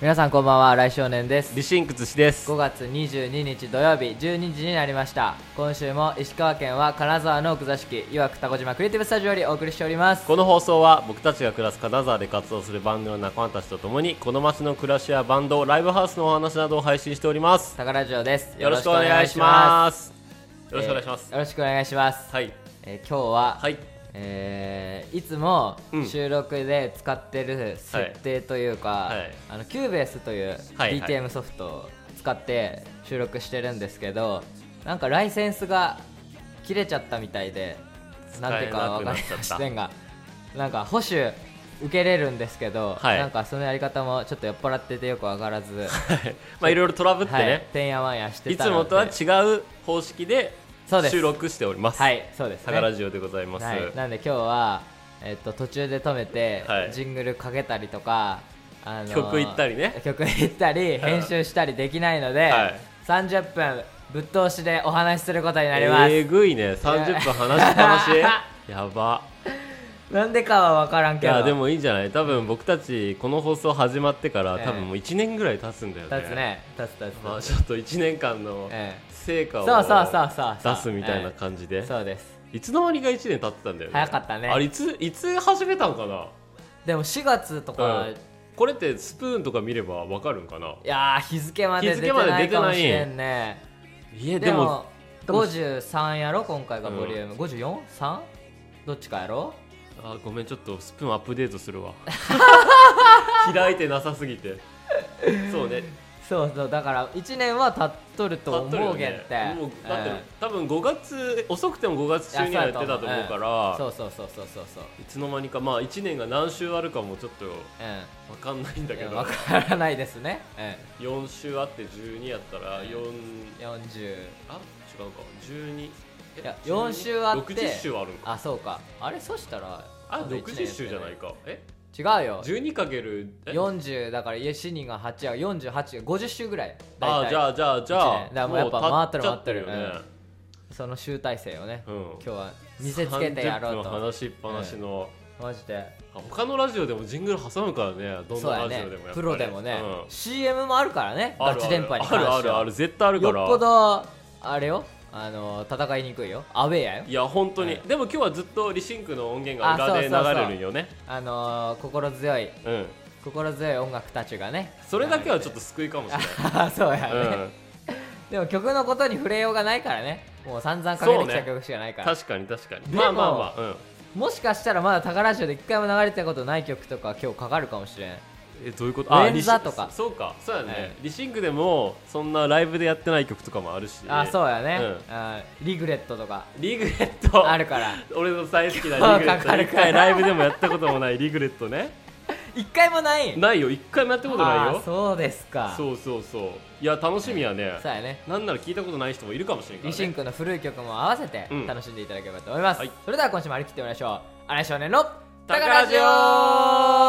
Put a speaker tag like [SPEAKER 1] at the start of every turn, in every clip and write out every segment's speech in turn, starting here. [SPEAKER 1] 皆さんこんばんは来少年です
[SPEAKER 2] リシンクツシです
[SPEAKER 1] 5月22日土曜日12時になりました今週も石川県は金沢の奥座敷岩久田島クリエイティブスタジオよりお送りしております
[SPEAKER 2] この放送は僕たちが暮らす金沢で活動するバンドの仲間たちと共にこの街の暮らしやバンドライブハウスのお話などを配信しております
[SPEAKER 1] 高ラジオです
[SPEAKER 2] よろしくお願いしますよろしくお願いします、
[SPEAKER 1] えーよろしくお願いします、
[SPEAKER 2] はい
[SPEAKER 1] えー今日は、
[SPEAKER 2] はい
[SPEAKER 1] えーいつも
[SPEAKER 2] うん
[SPEAKER 1] 収録で使ってる設定というか、
[SPEAKER 2] いはい
[SPEAKER 1] あのキューベースという
[SPEAKER 2] はいはい
[SPEAKER 1] DTM ソフトを使って収録してるんですけどなんかライセンスが切れちゃったみたいでなんていうかわかりませんが なんか保守受けれるんですけど、
[SPEAKER 2] はい
[SPEAKER 1] なんかそのやり方もちょっと酔っ払っててよくわから ず、
[SPEAKER 2] まあいろいろトラブって
[SPEAKER 1] はい
[SPEAKER 2] ね、、
[SPEAKER 1] てんやわんやして
[SPEAKER 2] い
[SPEAKER 1] た
[SPEAKER 2] つ
[SPEAKER 1] の
[SPEAKER 2] も
[SPEAKER 1] で
[SPEAKER 2] とは違う方式で
[SPEAKER 1] そうです
[SPEAKER 2] 収録しております
[SPEAKER 1] はいそうです
[SPEAKER 2] タ
[SPEAKER 1] ね
[SPEAKER 2] カラジオでございます、
[SPEAKER 1] はい、なんで今日は、えっと途中で止めて、
[SPEAKER 2] はい
[SPEAKER 1] ジングルかけたりとか、あの
[SPEAKER 2] 曲行ったりね
[SPEAKER 1] 曲行ったり編集したりできないので、
[SPEAKER 2] はい
[SPEAKER 1] 30分ぶっ通しでお話しすることになります、
[SPEAKER 2] えぐいね30分話しっぱなし やば
[SPEAKER 1] なんでかは分からん
[SPEAKER 2] い
[SPEAKER 1] けど
[SPEAKER 2] やでもいいんじゃない多分僕たちこの放送始まってから
[SPEAKER 1] ええ
[SPEAKER 2] 多分もう1年ぐらい経つんだよね
[SPEAKER 1] 立つね立つ立つ、
[SPEAKER 2] まあちょっと1年間の
[SPEAKER 1] え
[SPEAKER 2] 成果を
[SPEAKER 1] そうそうそうそうそう
[SPEAKER 2] 出すみたいな感じで
[SPEAKER 1] そうです
[SPEAKER 2] いつの間にか1年経ってたんだよね
[SPEAKER 1] 早かったね
[SPEAKER 2] あれいついつ始めたんかな
[SPEAKER 1] でも4月とか、
[SPEAKER 2] うん
[SPEAKER 1] い
[SPEAKER 2] これってスプーンとか見ればわかるんかな
[SPEAKER 1] やー日付まで出て
[SPEAKER 2] 日付まで
[SPEAKER 1] な
[SPEAKER 2] 出
[SPEAKER 1] い
[SPEAKER 2] て
[SPEAKER 1] か
[SPEAKER 2] ない
[SPEAKER 1] もしれんね
[SPEAKER 2] いや
[SPEAKER 1] で
[SPEAKER 2] で
[SPEAKER 1] も
[SPEAKER 2] も
[SPEAKER 1] 53やろ今回がボリューム、54?3? どっちかやろ
[SPEAKER 2] あごめんちょっとスプーンアップデートするわ 開いてなさすぎてそうね
[SPEAKER 1] そうそうだから1年は経っとると
[SPEAKER 2] 立っ
[SPEAKER 1] 思う
[SPEAKER 2] とる
[SPEAKER 1] げ
[SPEAKER 2] よ
[SPEAKER 1] ん
[SPEAKER 2] ね
[SPEAKER 1] って
[SPEAKER 2] もうだって
[SPEAKER 1] うん
[SPEAKER 2] 多分5月遅くても5月中にはやってたと思うか
[SPEAKER 1] んそ
[SPEAKER 2] ら
[SPEAKER 1] うそうそうそうそうそう
[SPEAKER 2] いつの間にかまあ1年が何週あるかもちょっと
[SPEAKER 1] う
[SPEAKER 2] わかんないんだ
[SPEAKER 1] ん
[SPEAKER 2] け
[SPEAKER 1] いや
[SPEAKER 2] ど
[SPEAKER 1] わからないですねう
[SPEAKER 2] 4週あって12やったら4
[SPEAKER 1] ん40
[SPEAKER 2] あ違うか12え
[SPEAKER 1] いや
[SPEAKER 2] 12
[SPEAKER 1] 4週あって
[SPEAKER 2] 60週あるんか
[SPEAKER 1] あそうかあれそしたら
[SPEAKER 2] あ
[SPEAKER 1] の一年
[SPEAKER 2] 60週じゃないかえ
[SPEAKER 1] 違うよ
[SPEAKER 2] 12かけるえ
[SPEAKER 1] 40だから家死人が8や48が50週ぐらい大
[SPEAKER 2] あ
[SPEAKER 1] 体
[SPEAKER 2] じゃあじゃあじゃ
[SPEAKER 1] 一年だか
[SPEAKER 2] あ
[SPEAKER 1] らもうやっぱ
[SPEAKER 2] もう経
[SPEAKER 1] 回ってる
[SPEAKER 2] ちゃ
[SPEAKER 1] 回ってる
[SPEAKER 2] よね
[SPEAKER 1] その集大成をね、
[SPEAKER 2] うん
[SPEAKER 1] 今日は見せつけてやろう
[SPEAKER 2] 30分
[SPEAKER 1] と
[SPEAKER 2] 話しっぱなしの
[SPEAKER 1] マジで
[SPEAKER 2] あ他のラジオでもジングル挟むからねどん
[SPEAKER 1] そう
[SPEAKER 2] な
[SPEAKER 1] や
[SPEAKER 2] ラジ
[SPEAKER 1] ね
[SPEAKER 2] オでもやっぱり
[SPEAKER 1] プロでもね、
[SPEAKER 2] うん
[SPEAKER 1] CM もあるからね
[SPEAKER 2] あ
[SPEAKER 1] ガ
[SPEAKER 2] る
[SPEAKER 1] チ電波に関して
[SPEAKER 2] ある
[SPEAKER 1] は
[SPEAKER 2] あるある絶対あるから
[SPEAKER 1] よっぽどあれよあの戦いにくいよアウェーやよ
[SPEAKER 2] いや本当に、
[SPEAKER 1] は
[SPEAKER 2] でも今日はずっとリシンクの音源が裏
[SPEAKER 1] あ
[SPEAKER 2] で
[SPEAKER 1] そうそうそう
[SPEAKER 2] 流れるよね
[SPEAKER 1] あのー心強い
[SPEAKER 2] うん
[SPEAKER 1] 心強い音楽たちがね
[SPEAKER 2] それだけはちょっと救いかもしれない
[SPEAKER 1] あそうやね、
[SPEAKER 2] うん、
[SPEAKER 1] でも曲のことに触れようがないからねもう散々かけてきた曲しかないから、
[SPEAKER 2] 確かに確かに
[SPEAKER 1] でも
[SPEAKER 2] まあまあまあ、うん、
[SPEAKER 1] もしかしたらまだ宝ジオで一回も流れてたことない曲とか今日かかるかもしれん
[SPEAKER 2] えどういうこと
[SPEAKER 1] ウェンザとか
[SPEAKER 2] リシそうかそうやね、
[SPEAKER 1] はい
[SPEAKER 2] リシンクでもそんなライブでやってない曲とかもあるし
[SPEAKER 1] あそうやね、
[SPEAKER 2] う
[SPEAKER 1] あリグレットとか
[SPEAKER 2] リグレット
[SPEAKER 1] ある から
[SPEAKER 2] 俺の大好きなリグレ
[SPEAKER 1] 今日
[SPEAKER 2] ッ
[SPEAKER 1] かか
[SPEAKER 2] ト
[SPEAKER 1] る
[SPEAKER 2] 一
[SPEAKER 1] から
[SPEAKER 2] 回ライブでもやったこともないリグレットね
[SPEAKER 1] 一回もない
[SPEAKER 2] ないよ一回もやったことない
[SPEAKER 1] あ
[SPEAKER 2] よ
[SPEAKER 1] そうですか
[SPEAKER 2] そうそうそういや楽しみやね、
[SPEAKER 1] そうやね
[SPEAKER 2] なんなら聞いたことない人もいるかもしれんから、
[SPEAKER 1] リ
[SPEAKER 2] ね、
[SPEAKER 1] シンクの古い曲も合わせて
[SPEAKER 2] うん
[SPEAKER 1] 楽しんでいただければと思います、
[SPEAKER 2] はい
[SPEAKER 1] それでは今週も張り切ってみましょう荒井少年の「タ
[SPEAKER 2] タカ
[SPEAKER 1] カ
[SPEAKER 2] ラ
[SPEAKER 1] ラ
[SPEAKER 2] ジ
[SPEAKER 1] ジ
[SPEAKER 2] オ
[SPEAKER 1] オ」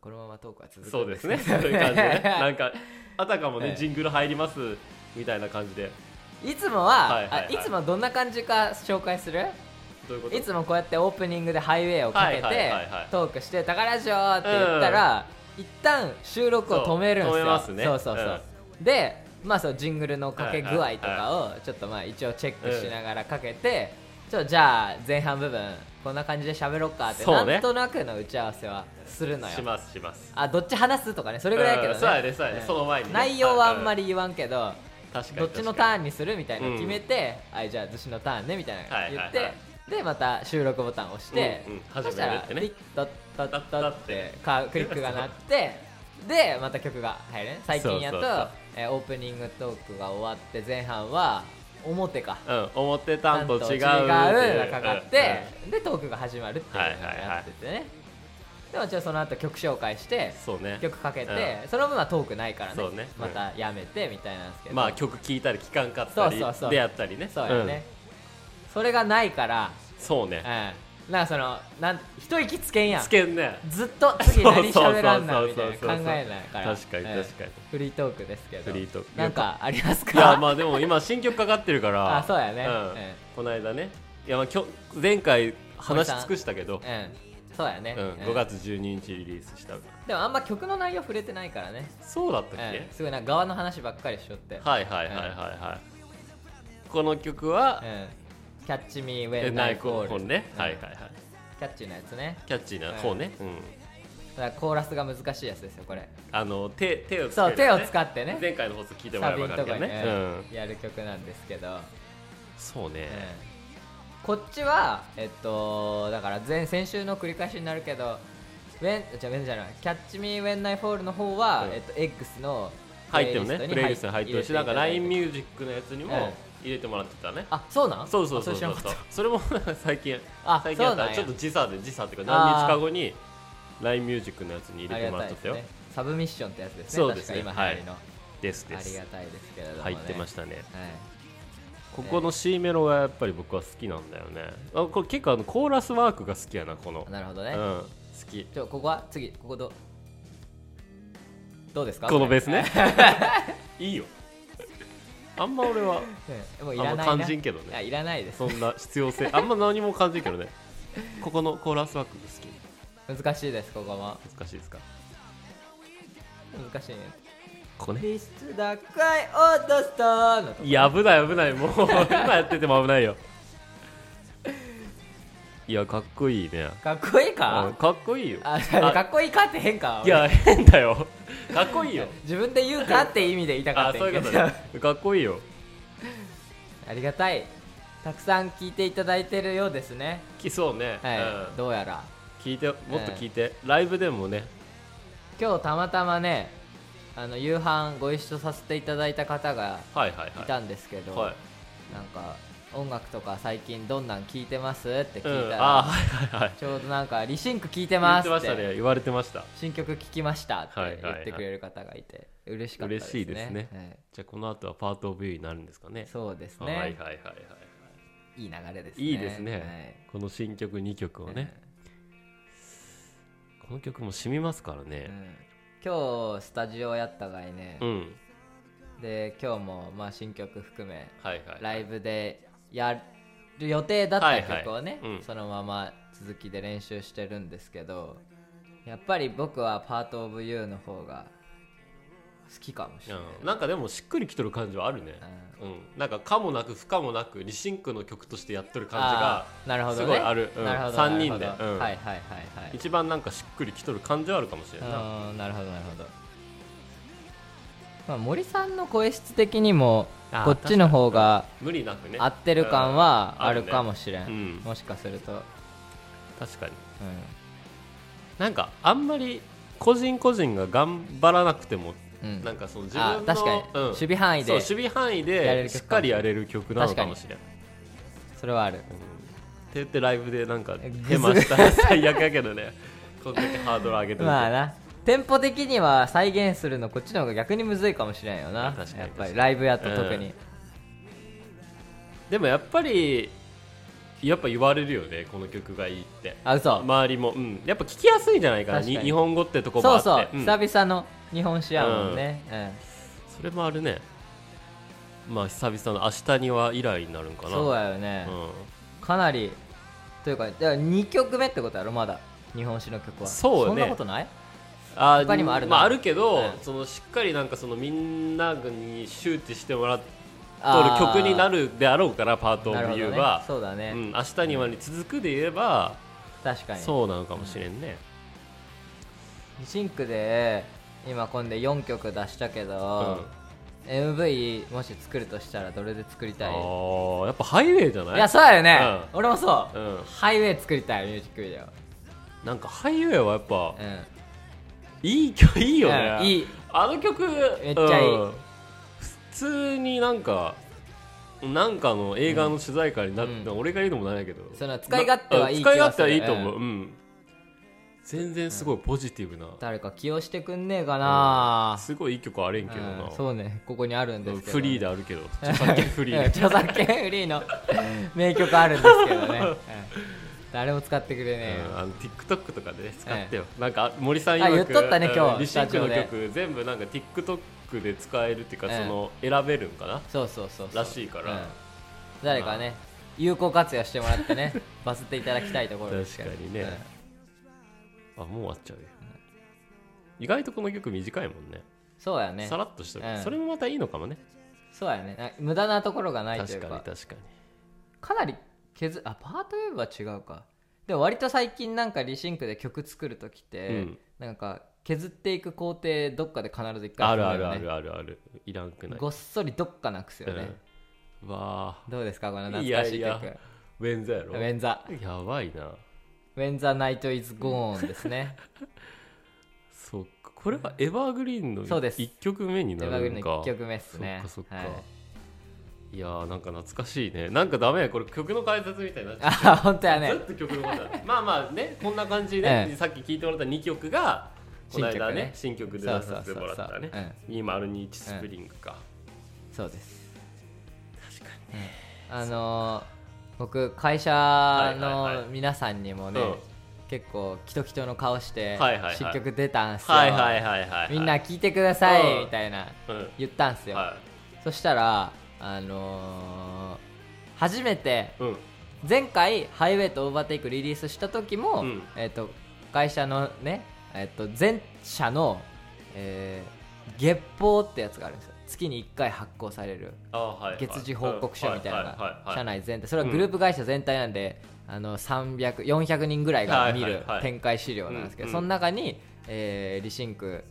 [SPEAKER 1] このままトークは続く。
[SPEAKER 2] そうですねそういう感 じでね。なんか、あたかも
[SPEAKER 1] え
[SPEAKER 2] ね
[SPEAKER 1] え、
[SPEAKER 2] ジングル入りますみたいな感じで。
[SPEAKER 1] いつもは,あ、
[SPEAKER 2] はい
[SPEAKER 1] い
[SPEAKER 2] はいはい
[SPEAKER 1] つもどんな感じか紹介する
[SPEAKER 2] どういうこと
[SPEAKER 1] いつもこうやってオープニングでハイウェイをかけて、
[SPEAKER 2] はいはいはいはい
[SPEAKER 1] トークして「タカラジオ」って言ったら、一旦収録を止めるんです
[SPEAKER 2] そう
[SPEAKER 1] よ
[SPEAKER 2] 止めますね
[SPEAKER 1] そうそうそう、でまあそうジングルのかけ具合とかをちょっとまあ一応チェックしながらかけて、ちょっとじゃあ前半部分こんな感じで喋ろっかって、
[SPEAKER 2] そうね
[SPEAKER 1] なんとなくの打ち合わせはするのよ
[SPEAKER 2] しますします。
[SPEAKER 1] あどっち話すとかねそれぐらいやけどね、
[SPEAKER 2] うんそうやねそうやね
[SPEAKER 1] ん
[SPEAKER 2] その前にね
[SPEAKER 1] 内容はあんまり言わんけど、
[SPEAKER 2] 確かに。
[SPEAKER 1] どっちの
[SPEAKER 2] 確
[SPEAKER 1] タ
[SPEAKER 2] か
[SPEAKER 1] ーンにするみたいなの決めて、はいじゃあ寿司のターンねみたいなの言って、
[SPEAKER 2] はいはい
[SPEAKER 1] でまた収録ボタンを押して、
[SPEAKER 2] うんうん
[SPEAKER 1] そしたら
[SPEAKER 2] 始め
[SPEAKER 1] ピ
[SPEAKER 2] るっ
[SPEAKER 1] ッとッとッとってかクリックが鳴ってでまた曲が入るね最近やと
[SPEAKER 2] そうそうそう
[SPEAKER 1] えーオープニングトークが終わって前半は表か
[SPEAKER 2] にうん、思ってたんと違うっていう。
[SPEAKER 1] がかかって
[SPEAKER 2] うん、
[SPEAKER 1] でトークが始まるっていうのがやっててね、でもちろんその後曲紹介して
[SPEAKER 2] そうね。
[SPEAKER 1] 曲かけて、その分はトークないからね
[SPEAKER 2] そうねうん
[SPEAKER 1] またやめてみたいなんですけど、
[SPEAKER 2] まあ曲聴いたり聴かんかったり
[SPEAKER 1] そうそうそう
[SPEAKER 2] でやったりね。
[SPEAKER 1] そうやね、それがないから、
[SPEAKER 2] うん。そう
[SPEAKER 1] うん、
[SPEAKER 2] ね。
[SPEAKER 1] なんかそのなん一息つけんやん
[SPEAKER 2] つけんね。
[SPEAKER 1] ずっと次何喋らんな
[SPEAKER 2] そう
[SPEAKER 1] み
[SPEAKER 2] そうそ
[SPEAKER 1] た
[SPEAKER 2] うそう
[SPEAKER 1] いな考えないから
[SPEAKER 2] 確かに
[SPEAKER 1] うん
[SPEAKER 2] 確かに
[SPEAKER 1] フリートークですけど
[SPEAKER 2] フリートーク
[SPEAKER 1] なんかありますか
[SPEAKER 2] いやまあでも今新曲かかってるから。
[SPEAKER 1] あそうやね
[SPEAKER 2] ん
[SPEAKER 1] うん
[SPEAKER 2] この間ね。いやまあきょ前回話し尽くしたけ
[SPEAKER 1] う、
[SPEAKER 2] ど
[SPEAKER 1] んそうやね、
[SPEAKER 2] うん、
[SPEAKER 1] うん
[SPEAKER 2] 5月12日リリースした
[SPEAKER 1] でもあんま曲の内容触れてないからね、
[SPEAKER 2] そうだったっけ、
[SPEAKER 1] うん、すごいなんか側の話ばっかりしちょって、
[SPEAKER 2] はいはいはいはいはいこの曲は
[SPEAKER 1] うん、キャッチミーウ
[SPEAKER 2] 「え
[SPEAKER 1] ェンナ
[SPEAKER 2] ナ
[SPEAKER 1] イ
[SPEAKER 2] イ
[SPEAKER 1] コ
[SPEAKER 2] コ
[SPEAKER 1] ー
[SPEAKER 2] の
[SPEAKER 1] ル
[SPEAKER 2] 本ね、
[SPEAKER 1] うん
[SPEAKER 2] はいはいはい
[SPEAKER 1] キャッチーなやつね
[SPEAKER 2] キャッチーな方ね、うん
[SPEAKER 1] だからコーラスが難しいやつですよこれ
[SPEAKER 2] あの手手を使
[SPEAKER 1] そう、手を使
[SPEAKER 2] っ
[SPEAKER 1] ってね
[SPEAKER 2] 前回の放送聞いてもら
[SPEAKER 1] サ
[SPEAKER 2] え
[SPEAKER 1] ビ
[SPEAKER 2] ば
[SPEAKER 1] ん
[SPEAKER 2] 分か
[SPEAKER 1] と
[SPEAKER 2] る
[SPEAKER 1] こ
[SPEAKER 2] けど
[SPEAKER 1] に
[SPEAKER 2] ね
[SPEAKER 1] ね、
[SPEAKER 2] うん、
[SPEAKER 1] やる曲なんですけど、
[SPEAKER 2] そうね、
[SPEAKER 1] こっちはえっとだから前先週の繰り返しになるけどウェンじゃウェンじゃないキャッチミーウェンナイフォールの方は、
[SPEAKER 2] うん
[SPEAKER 1] えっと X の
[SPEAKER 2] 入ってるねプレイリストに
[SPEAKER 1] に
[SPEAKER 2] 入ってるしなんか LINE ミュージックのやつに
[SPEAKER 1] うん
[SPEAKER 2] も入れてもらってたね、
[SPEAKER 1] あそうなん
[SPEAKER 2] そうそうそう
[SPEAKER 1] あ知
[SPEAKER 2] そ
[SPEAKER 1] ら
[SPEAKER 2] う
[SPEAKER 1] なか
[SPEAKER 2] そ
[SPEAKER 1] っ
[SPEAKER 2] う
[SPEAKER 1] た
[SPEAKER 2] それも 最近
[SPEAKER 1] あ
[SPEAKER 2] 最近やっ
[SPEAKER 1] そうなん
[SPEAKER 2] た
[SPEAKER 1] や
[SPEAKER 2] ちょっと時差で時差っていうか
[SPEAKER 1] あー
[SPEAKER 2] 何日か後に LINE ミュージックのやつに入
[SPEAKER 1] あ
[SPEAKER 2] れ
[SPEAKER 1] りが
[SPEAKER 2] ても
[SPEAKER 1] た
[SPEAKER 2] ら
[SPEAKER 1] いで
[SPEAKER 2] って
[SPEAKER 1] す
[SPEAKER 2] たよ
[SPEAKER 1] ねサブミッションってやつですね
[SPEAKER 2] そうですね
[SPEAKER 1] 確か今流行りの、
[SPEAKER 2] ですで
[SPEAKER 1] あり
[SPEAKER 2] す
[SPEAKER 1] がたいですけれども、ね、
[SPEAKER 2] 入ってましたね
[SPEAKER 1] はい
[SPEAKER 2] ここの C メロがやっぱり僕は好きなんだよねあこれ結構あのコーラスワークが好きやなこの、
[SPEAKER 1] なるほど
[SPEAKER 2] う
[SPEAKER 1] ね、
[SPEAKER 2] ん、好き
[SPEAKER 1] ちょここは次ここどうどうですか
[SPEAKER 2] このベー
[SPEAKER 1] ス
[SPEAKER 2] ス ねいいよあんま俺は
[SPEAKER 1] もういらないな
[SPEAKER 2] あんま感じんけどね
[SPEAKER 1] あいらないです
[SPEAKER 2] そんな必要性あんま何も感じるけ どねここのコーラスワークが好き
[SPEAKER 1] 難しいですここも
[SPEAKER 2] 難しいですか
[SPEAKER 1] 難しいね
[SPEAKER 2] ここね
[SPEAKER 1] リストだかい落とすとのとこ
[SPEAKER 2] いや危ない危ないもう今やってても危ないよ いやかっこいいね
[SPEAKER 1] かっこいい
[SPEAKER 2] うん
[SPEAKER 1] か
[SPEAKER 2] かっこいいよ
[SPEAKER 1] あ
[SPEAKER 2] あ
[SPEAKER 1] かっこいいかって変か
[SPEAKER 2] いや変だよかっこ いいよ
[SPEAKER 1] 俺自分で言うかって意味で言いたか
[SPEAKER 2] あ
[SPEAKER 1] ったん
[SPEAKER 2] そう
[SPEAKER 1] や
[SPEAKER 2] い
[SPEAKER 1] け
[SPEAKER 2] う
[SPEAKER 1] ど
[SPEAKER 2] ことねかっこいいよ
[SPEAKER 1] ありがたいたくさん聞いていただいてるようですね
[SPEAKER 2] きそうね、
[SPEAKER 1] はい、
[SPEAKER 2] うん
[SPEAKER 1] どうやら
[SPEAKER 2] 聞いてもっと聞いて、ライブでもね
[SPEAKER 1] 今日たまたまねあの夕飯ご一緒させていただいた方が
[SPEAKER 2] はいはい
[SPEAKER 1] い
[SPEAKER 2] は
[SPEAKER 1] たんですけ
[SPEAKER 2] い
[SPEAKER 1] ど、
[SPEAKER 2] はい
[SPEAKER 1] なんか音楽とか最近どんなん聞いてますって聞い
[SPEAKER 2] うん
[SPEAKER 1] たら、
[SPEAKER 2] あーはいはいはい
[SPEAKER 1] ちょうどなんか「リシンク聞いて
[SPEAKER 2] 言
[SPEAKER 1] ます」
[SPEAKER 2] って
[SPEAKER 1] っ
[SPEAKER 2] ま
[SPEAKER 1] て
[SPEAKER 2] したね言われてました
[SPEAKER 1] 新曲聞きました」って
[SPEAKER 2] はいはい
[SPEAKER 1] 言
[SPEAKER 2] はい
[SPEAKER 1] ってくれる方がいて、嬉しかったですね
[SPEAKER 2] 嬉しいですね
[SPEAKER 1] はい
[SPEAKER 2] じゃあこの後はパートオブユーになるんですかね
[SPEAKER 1] そうです
[SPEAKER 2] はい
[SPEAKER 1] ね、
[SPEAKER 2] はいはい
[SPEAKER 1] い、
[SPEAKER 2] はいはい
[SPEAKER 1] い流れですね
[SPEAKER 2] いいですね、
[SPEAKER 1] はい
[SPEAKER 2] この新曲2曲をね、この曲も染みますから
[SPEAKER 1] うんう
[SPEAKER 2] ね
[SPEAKER 1] ん今日スタジオやったがいね
[SPEAKER 2] う、ん、
[SPEAKER 1] で今日もまあ新曲含め
[SPEAKER 2] はいはい
[SPEAKER 1] ライブでやる予定だった曲をね、
[SPEAKER 2] はいはいうん
[SPEAKER 1] そのまま続きで練習してるんですけどやっぱり僕は「パート・オブ・ユー」の方が好きかもしれない、
[SPEAKER 2] うんなんかでもしっくりきとる感じはあるねうん、なんか可もなく不可もなくリシンクの曲としてやっとる感じが
[SPEAKER 1] あーなるほど、ね、
[SPEAKER 2] すごいあるうん
[SPEAKER 1] なるほど
[SPEAKER 2] 三人で
[SPEAKER 1] なるほど
[SPEAKER 2] うん
[SPEAKER 1] はいはいはいはい
[SPEAKER 2] 一番なんかしっくりきとる感じはあるかもしれんない
[SPEAKER 1] あーなるほどなるほど、まあ、森さんの声質的にも
[SPEAKER 2] あー
[SPEAKER 1] こっちの方が
[SPEAKER 2] 無理なくね
[SPEAKER 1] 合ってる感はあるかも
[SPEAKER 2] し
[SPEAKER 1] しれん、
[SPEAKER 2] れうん
[SPEAKER 1] もしかすると、うん、
[SPEAKER 2] 確かになんかあんまり個人個人が頑張らなくても、
[SPEAKER 1] うん
[SPEAKER 2] なんかその自
[SPEAKER 1] あ
[SPEAKER 2] 分の
[SPEAKER 1] 確かに、
[SPEAKER 2] うん
[SPEAKER 1] 守備範囲
[SPEAKER 2] そう
[SPEAKER 1] で
[SPEAKER 2] 守備範囲
[SPEAKER 1] やれる
[SPEAKER 2] で
[SPEAKER 1] 曲
[SPEAKER 2] し
[SPEAKER 1] か
[SPEAKER 2] っ
[SPEAKER 1] も
[SPEAKER 2] かりやれる曲なのかもしれない、
[SPEAKER 1] それはある
[SPEAKER 2] うん、って言ってライブでなんか
[SPEAKER 1] え
[SPEAKER 2] ヘマしたら最悪やけどね こんだけハードル上げてると
[SPEAKER 1] まあなテンポ的には再現するのこっちの方が逆にむずいかもしれんよな
[SPEAKER 2] あ確かに
[SPEAKER 1] やっぱ
[SPEAKER 2] 確か
[SPEAKER 1] り
[SPEAKER 2] に
[SPEAKER 1] ライブやと特に、
[SPEAKER 2] でもやっぱりやっぱ言われるよねこの曲がいいって
[SPEAKER 1] あ嘘、
[SPEAKER 2] 周りも、うん、やっぱ聞きやすいんじゃないかな
[SPEAKER 1] 確かに
[SPEAKER 2] に日本語ってとこも
[SPEAKER 1] そう
[SPEAKER 2] あって
[SPEAKER 1] そう、
[SPEAKER 2] ん
[SPEAKER 1] 久々の日本史やもんね、うん
[SPEAKER 2] それもあるねまあ久々の「明日には」以来になるんかな
[SPEAKER 1] そうやよね、
[SPEAKER 2] う
[SPEAKER 1] かなりというかだから2曲目ってことやろまだ日本史の曲は
[SPEAKER 2] そうね
[SPEAKER 1] んなことない
[SPEAKER 2] ん、あー
[SPEAKER 1] 他にもあるな
[SPEAKER 2] まあ、あるけど、
[SPEAKER 1] うん
[SPEAKER 2] そのしっかりなんかそのみんなに周知してもらっと
[SPEAKER 1] あー
[SPEAKER 2] る曲になるであろうからパート・オブ
[SPEAKER 1] なる・ほ
[SPEAKER 2] ユ
[SPEAKER 1] ど
[SPEAKER 2] ー
[SPEAKER 1] ね
[SPEAKER 2] は、
[SPEAKER 1] そうだね、
[SPEAKER 2] うん、明日にはに続くで言えば、
[SPEAKER 1] 確かに
[SPEAKER 2] そうなのかもしれんね、
[SPEAKER 1] シンクで今今で4曲出したけ
[SPEAKER 2] うん
[SPEAKER 1] ど、MV もし作るとしたらどれで作り
[SPEAKER 2] あ
[SPEAKER 1] たい
[SPEAKER 2] ーやっぱハイウェイじゃない
[SPEAKER 1] いやそうだよね、
[SPEAKER 2] う
[SPEAKER 1] 俺もそう、
[SPEAKER 2] うん、
[SPEAKER 1] ハイウェイ作りたいミュージックビデオ
[SPEAKER 2] なんかハイウェイはやっぱ、
[SPEAKER 1] うん
[SPEAKER 2] いい曲いいよね、
[SPEAKER 1] うんいい
[SPEAKER 2] あの曲
[SPEAKER 1] めっちゃいい
[SPEAKER 2] うん普通になんかなんかの映画の主題歌になって、
[SPEAKER 1] うん
[SPEAKER 2] 俺が言うのもなんやけど
[SPEAKER 1] その使い勝手はいい
[SPEAKER 2] な
[SPEAKER 1] 気は
[SPEAKER 2] 使
[SPEAKER 1] す
[SPEAKER 2] い
[SPEAKER 1] る
[SPEAKER 2] 勝手はいいと思う、うん全然すごいポジティブな、
[SPEAKER 1] 誰か起用してくんねえかな、
[SPEAKER 2] すごいいい曲あれんけど
[SPEAKER 1] うん
[SPEAKER 2] な、
[SPEAKER 1] そうねここにあるんですけど
[SPEAKER 2] フリーであるけど著作権フリ
[SPEAKER 1] うん
[SPEAKER 2] ー
[SPEAKER 1] 著作権フリーの名曲あるんですけどね、うん誰も使ってくれねえよ、
[SPEAKER 2] うんあの TikTok とかで、ね、使ってよ、なんか森さん
[SPEAKER 1] あ
[SPEAKER 2] 曰く
[SPEAKER 1] 言っとったね
[SPEAKER 2] うん
[SPEAKER 1] 今日
[SPEAKER 2] リシンク
[SPEAKER 1] ス
[SPEAKER 2] の
[SPEAKER 1] タジオで
[SPEAKER 2] 曲全部なんか TikTok で使えるっていうか、
[SPEAKER 1] うん
[SPEAKER 2] その選べるんかな
[SPEAKER 1] そうそうそうそう
[SPEAKER 2] らしいから
[SPEAKER 1] 誰かね有効活用してもらってねバズっていただきたいところです
[SPEAKER 2] 確
[SPEAKER 1] け
[SPEAKER 2] か
[SPEAKER 1] ど
[SPEAKER 2] にね、
[SPEAKER 1] うん
[SPEAKER 2] あもう終わっちゃうよ、意外とこの曲短いもんね
[SPEAKER 1] そうやね
[SPEAKER 2] さらっとしてる、
[SPEAKER 1] うん
[SPEAKER 2] それもまたいいのかもね
[SPEAKER 1] そうやねな無駄なところがないとい
[SPEAKER 2] 確
[SPEAKER 1] う
[SPEAKER 2] か
[SPEAKER 1] か
[SPEAKER 2] に
[SPEAKER 1] か
[SPEAKER 2] 確かに
[SPEAKER 1] なり削あパートウェブは違うかでも割と最近なんかリシンクで曲作る時って、
[SPEAKER 2] うん
[SPEAKER 1] なんか削っていく工程どっかで必ず一回踏
[SPEAKER 2] あ
[SPEAKER 1] む
[SPEAKER 2] る
[SPEAKER 1] よ
[SPEAKER 2] あ
[SPEAKER 1] ね
[SPEAKER 2] るあるあるあるいらんくない
[SPEAKER 1] ごっそりどっかなくすよね、
[SPEAKER 2] うんわあ
[SPEAKER 1] どうですかこの懐かしい曲
[SPEAKER 2] いやいやウェンザやろ
[SPEAKER 1] ウェンザ
[SPEAKER 2] やばいな
[SPEAKER 1] ウェンザナイトイズゴーンですね
[SPEAKER 2] そうかこれはエバーグリーンの
[SPEAKER 1] そうです
[SPEAKER 2] 1曲目に
[SPEAKER 1] エ
[SPEAKER 2] な
[SPEAKER 1] ヴァグリー
[SPEAKER 2] る
[SPEAKER 1] ン
[SPEAKER 2] の
[SPEAKER 1] の
[SPEAKER 2] か
[SPEAKER 1] 1曲目っすね
[SPEAKER 2] そっかそっか、
[SPEAKER 1] はい
[SPEAKER 2] い、やーなんか懐かしいねなんかダメやこれ曲の解説みたいになっちゃう
[SPEAKER 1] あ本当やね
[SPEAKER 2] ずっと曲のことだまあまあねこんな感じでね、
[SPEAKER 1] ええ
[SPEAKER 2] さっき聞いてもらった2曲がこの間ね新
[SPEAKER 1] 新
[SPEAKER 2] 曲
[SPEAKER 1] 曲ね
[SPEAKER 2] で出させてもらったね
[SPEAKER 1] そうそうそう
[SPEAKER 2] 202スプリングか、
[SPEAKER 1] そうです
[SPEAKER 2] 確か
[SPEAKER 1] あのー僕会社
[SPEAKER 2] はいはい
[SPEAKER 1] の
[SPEAKER 2] はい
[SPEAKER 1] 皆さんにもね、
[SPEAKER 2] うん
[SPEAKER 1] 結構キトキトの顔して、
[SPEAKER 2] はいはいはい
[SPEAKER 1] 新曲出たんすよ、
[SPEAKER 2] はいはいはいはいはい
[SPEAKER 1] みんな聞いてください、
[SPEAKER 2] うん
[SPEAKER 1] みたいな
[SPEAKER 2] うんは
[SPEAKER 1] 言ったんすよ、そしたらあのー初めて
[SPEAKER 2] いうん
[SPEAKER 1] 前回ハイウェイとオーバーテイクリリースした時も、
[SPEAKER 2] うん
[SPEAKER 1] えっと会社のね、えっと前社の、えー月報ってやつがあるんですよ月に1回発行される
[SPEAKER 2] あはいはい
[SPEAKER 1] 月次報告書みたいなの
[SPEAKER 2] うんは
[SPEAKER 1] が
[SPEAKER 2] いはい
[SPEAKER 1] 社
[SPEAKER 2] はい
[SPEAKER 1] 内全体それはグループ会社全体なんで、あの300400人ぐらいが見
[SPEAKER 2] はいは
[SPEAKER 1] る
[SPEAKER 2] いはい
[SPEAKER 1] 展開資料なんですけど、
[SPEAKER 2] うんうん
[SPEAKER 1] その中に、えーリシンク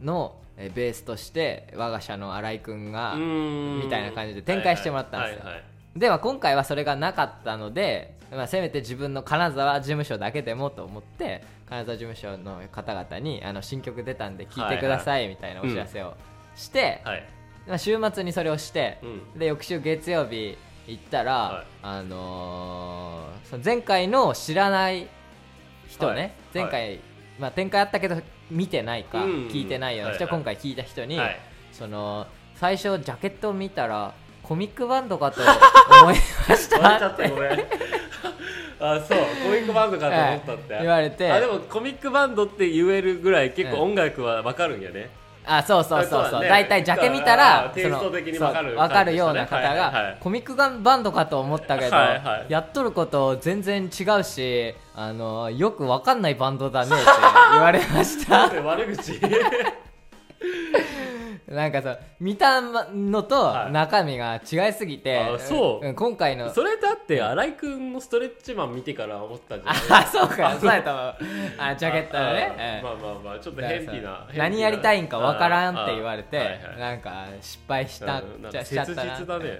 [SPEAKER 1] のえーベースとして我が社の新井君が、
[SPEAKER 2] うーん
[SPEAKER 1] みたいな感じで展開してもらったんですよ
[SPEAKER 2] はいはいはい
[SPEAKER 1] では今回はそれがなかったので、まあ、せめて自分の金沢事務所だけでもと思って金沢事務所の方々にあの新曲出たんで聴いてくださいみたいなお知らせをして、
[SPEAKER 2] はい
[SPEAKER 1] まあ、週末にそれをして
[SPEAKER 2] う、ん
[SPEAKER 1] で翌週月曜日行ったら、
[SPEAKER 2] はい
[SPEAKER 1] あのーその前回の知らない人ね、
[SPEAKER 2] はい
[SPEAKER 1] 前回、まあ、展開あったけど見てないか
[SPEAKER 2] うん
[SPEAKER 1] 聞いてないような人、
[SPEAKER 2] はいはい
[SPEAKER 1] 今回聞いた人に、
[SPEAKER 2] はい
[SPEAKER 1] その最初ジャケットを見たらコミックバンドか と思いまし
[SPEAKER 2] 笑っち
[SPEAKER 1] た
[SPEAKER 2] ゃったごめん あそうコミックバンドかと思ったって、
[SPEAKER 1] 言われて
[SPEAKER 2] あでもコミックバンドって言えるぐらい結構
[SPEAKER 1] うん
[SPEAKER 2] 音楽はわかるんや ね、
[SPEAKER 1] あそうそうそう
[SPEAKER 2] そう
[SPEAKER 1] そ
[SPEAKER 2] だ
[SPEAKER 1] う
[SPEAKER 2] ね
[SPEAKER 1] 大体、ジャケ見たらその
[SPEAKER 2] あーテイスト的にわかる
[SPEAKER 1] そう
[SPEAKER 2] 感じでしたね
[SPEAKER 1] わかるような方が、
[SPEAKER 2] はいはい
[SPEAKER 1] コミックガンバンドかと思ったけど、
[SPEAKER 2] はいはい
[SPEAKER 1] やっとること全然違うしあのよくわかんないバンドだね って言われました
[SPEAKER 2] で悪口
[SPEAKER 1] なんかそう見たの
[SPEAKER 2] は
[SPEAKER 1] と
[SPEAKER 2] い
[SPEAKER 1] 中身が違いすぎて、
[SPEAKER 2] あそうん
[SPEAKER 1] 今回の
[SPEAKER 2] それだって新井君のストレッチマン見てから思ったんじゃない
[SPEAKER 1] あそうかそうやと思うあジャケットのね
[SPEAKER 2] ああ
[SPEAKER 1] うん
[SPEAKER 2] まあまあまあちょっと偏僻な
[SPEAKER 1] 何やりたいんかわからんって言われ
[SPEAKER 2] ああ
[SPEAKER 1] て
[SPEAKER 2] はいはい
[SPEAKER 1] なんか失敗した
[SPEAKER 2] うんなん
[SPEAKER 1] じ
[SPEAKER 2] か
[SPEAKER 1] ゃしちゃっ
[SPEAKER 2] 切
[SPEAKER 1] た
[SPEAKER 2] 実だ
[SPEAKER 1] な
[SPEAKER 2] ね、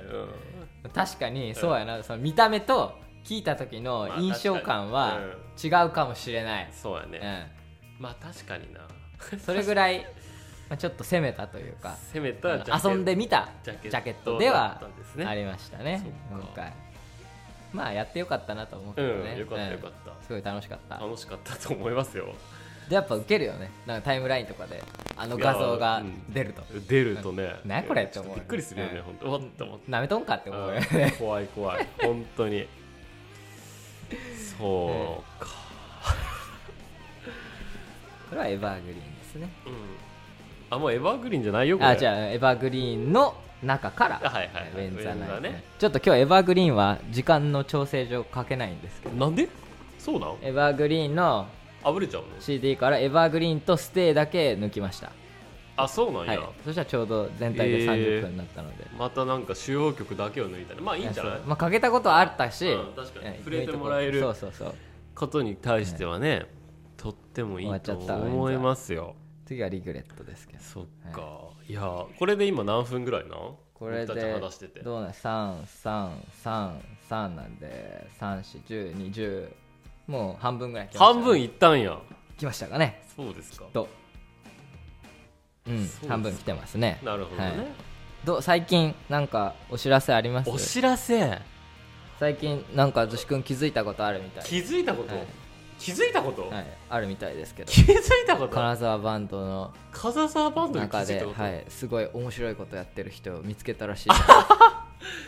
[SPEAKER 2] うん
[SPEAKER 1] 確かにそうやなその見た目と聞いた時の印象感
[SPEAKER 2] まあ
[SPEAKER 1] は
[SPEAKER 2] 確か
[SPEAKER 1] 違うかもしれない、
[SPEAKER 2] そうやね、
[SPEAKER 1] う、
[SPEAKER 2] まあ確かにな ん
[SPEAKER 1] それぐらい、まあ、ちょっと攻めたというか
[SPEAKER 2] 攻めたジャケット
[SPEAKER 1] 遊んでみたジ
[SPEAKER 2] ジャケット
[SPEAKER 1] ャケットでは
[SPEAKER 2] だったんですね
[SPEAKER 1] ありましたね
[SPEAKER 2] そっか
[SPEAKER 1] 今回まあやってよかったなと思うけ
[SPEAKER 2] う
[SPEAKER 1] どね、
[SPEAKER 2] んよかったよかっ
[SPEAKER 1] うん
[SPEAKER 2] た
[SPEAKER 1] すごい楽しかった
[SPEAKER 2] 楽しかったと思いますよ
[SPEAKER 1] でやっぱウケるよねなんかタイムラインとかであの画像が出ると
[SPEAKER 2] 出るとね
[SPEAKER 1] 何やこれって
[SPEAKER 2] ちょっ
[SPEAKER 1] 思う
[SPEAKER 2] と
[SPEAKER 1] よ
[SPEAKER 2] びっくりするよね本当うわって思って
[SPEAKER 1] なめとんかって思うよね
[SPEAKER 2] うん怖い怖い本当にそうか
[SPEAKER 1] これはエヴァーグリーンですね
[SPEAKER 2] うんあもうエバーグリーンじゃないよこれ
[SPEAKER 1] あじゃあエヴァーグリーンの中から
[SPEAKER 2] あはいはいはい
[SPEAKER 1] ウェンザ
[SPEAKER 2] ウェン
[SPEAKER 1] ナ
[SPEAKER 2] ザ
[SPEAKER 1] イ
[SPEAKER 2] ね
[SPEAKER 1] ねちょっと今日エヴァーグリーンは時間の調整上かけないんですけど
[SPEAKER 2] なんでそうなん
[SPEAKER 1] エヴァーグリーンの
[SPEAKER 2] あぶれちゃうの
[SPEAKER 1] CD からエヴァーグリーンとステイだけ抜きました
[SPEAKER 2] あそうな
[SPEAKER 1] は
[SPEAKER 2] んや、
[SPEAKER 1] いそしたらちょうど全体で
[SPEAKER 2] えー
[SPEAKER 1] 30分になったので、
[SPEAKER 2] またなんか主要曲だけを抜いたねまあいいんじゃない
[SPEAKER 1] そうまあ、かけたことはあったし、
[SPEAKER 2] うん確かに
[SPEAKER 1] え
[SPEAKER 2] 触れてもらえる
[SPEAKER 1] そうそうそう
[SPEAKER 2] ことに対してはね、とってもいいと
[SPEAKER 1] 終わっちゃったウェン
[SPEAKER 2] 思
[SPEAKER 1] ザ
[SPEAKER 2] いますよ
[SPEAKER 1] 次はリグレットですけど
[SPEAKER 2] そっか、い、やこれで今何分ぐらいなん
[SPEAKER 1] これで
[SPEAKER 2] 僕たち話してて
[SPEAKER 1] どうなん3333なんで341020もう半分ぐらい来ましたね、
[SPEAKER 2] 半分いったんや
[SPEAKER 1] 来ましたかね
[SPEAKER 2] そうですか
[SPEAKER 1] と、うん
[SPEAKER 2] す、
[SPEAKER 1] 半分来てますね
[SPEAKER 2] なるほどね、
[SPEAKER 1] はいどう最近なんかお知らせありま
[SPEAKER 2] お
[SPEAKER 1] す
[SPEAKER 2] 知らせ
[SPEAKER 1] 最近なんかずし君気づいたことあるみたい
[SPEAKER 2] 気づいたこと、
[SPEAKER 1] はい
[SPEAKER 2] 気づいたこと、
[SPEAKER 1] はい、あるみたいですけど
[SPEAKER 2] 気づいたこと
[SPEAKER 1] 金沢バンドの
[SPEAKER 2] 風沢バンドに気
[SPEAKER 1] 中
[SPEAKER 2] づい
[SPEAKER 1] で、
[SPEAKER 2] たこと、
[SPEAKER 1] はい、すごい面白いことやってる人を見つけたらしいです、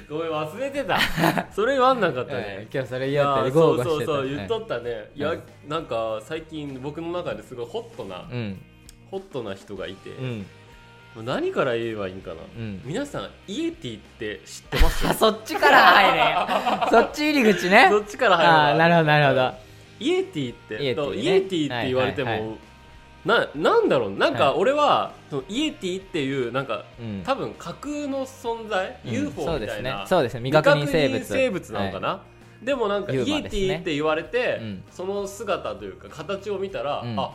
[SPEAKER 2] ごめん忘れてたそれ言わんなか ったね、
[SPEAKER 1] はい、今日それ
[SPEAKER 2] い
[SPEAKER 1] 言お
[SPEAKER 2] や
[SPEAKER 1] うって
[SPEAKER 2] そ
[SPEAKER 1] 豪
[SPEAKER 2] う
[SPEAKER 1] 語し
[SPEAKER 2] そう
[SPEAKER 1] てた
[SPEAKER 2] そう言っとったね、い、や
[SPEAKER 1] うん
[SPEAKER 2] なんか最近僕の中ですごいホットな、
[SPEAKER 1] はいうん
[SPEAKER 2] ホットな人がいて、
[SPEAKER 1] う
[SPEAKER 2] も
[SPEAKER 1] ん
[SPEAKER 2] う何から言えばいいんかな、
[SPEAKER 1] うん
[SPEAKER 2] 皆さんイエティって知ってます
[SPEAKER 1] あそっちから入れよそっち入り口ね
[SPEAKER 2] そっちから入るわ
[SPEAKER 1] ああーなるほどなるほど
[SPEAKER 2] イエティって
[SPEAKER 1] イエティね
[SPEAKER 2] イエティって言われても、
[SPEAKER 1] はいはいは
[SPEAKER 2] ななんだろうなんか
[SPEAKER 1] は
[SPEAKER 2] 俺は、そのイエティっていうなんか、
[SPEAKER 1] うん
[SPEAKER 2] 多分架空の存在、
[SPEAKER 1] うん
[SPEAKER 2] UFO みたいな
[SPEAKER 1] そうですねそうですね未確認生物
[SPEAKER 2] 未確認なのかな、でもなんかイ
[SPEAKER 1] ユ
[SPEAKER 2] エ
[SPEAKER 1] ーマ
[SPEAKER 2] テ
[SPEAKER 1] ですね
[SPEAKER 2] ィって言われて、
[SPEAKER 1] うん
[SPEAKER 2] その姿というか形を見たら、
[SPEAKER 1] うん
[SPEAKER 2] あ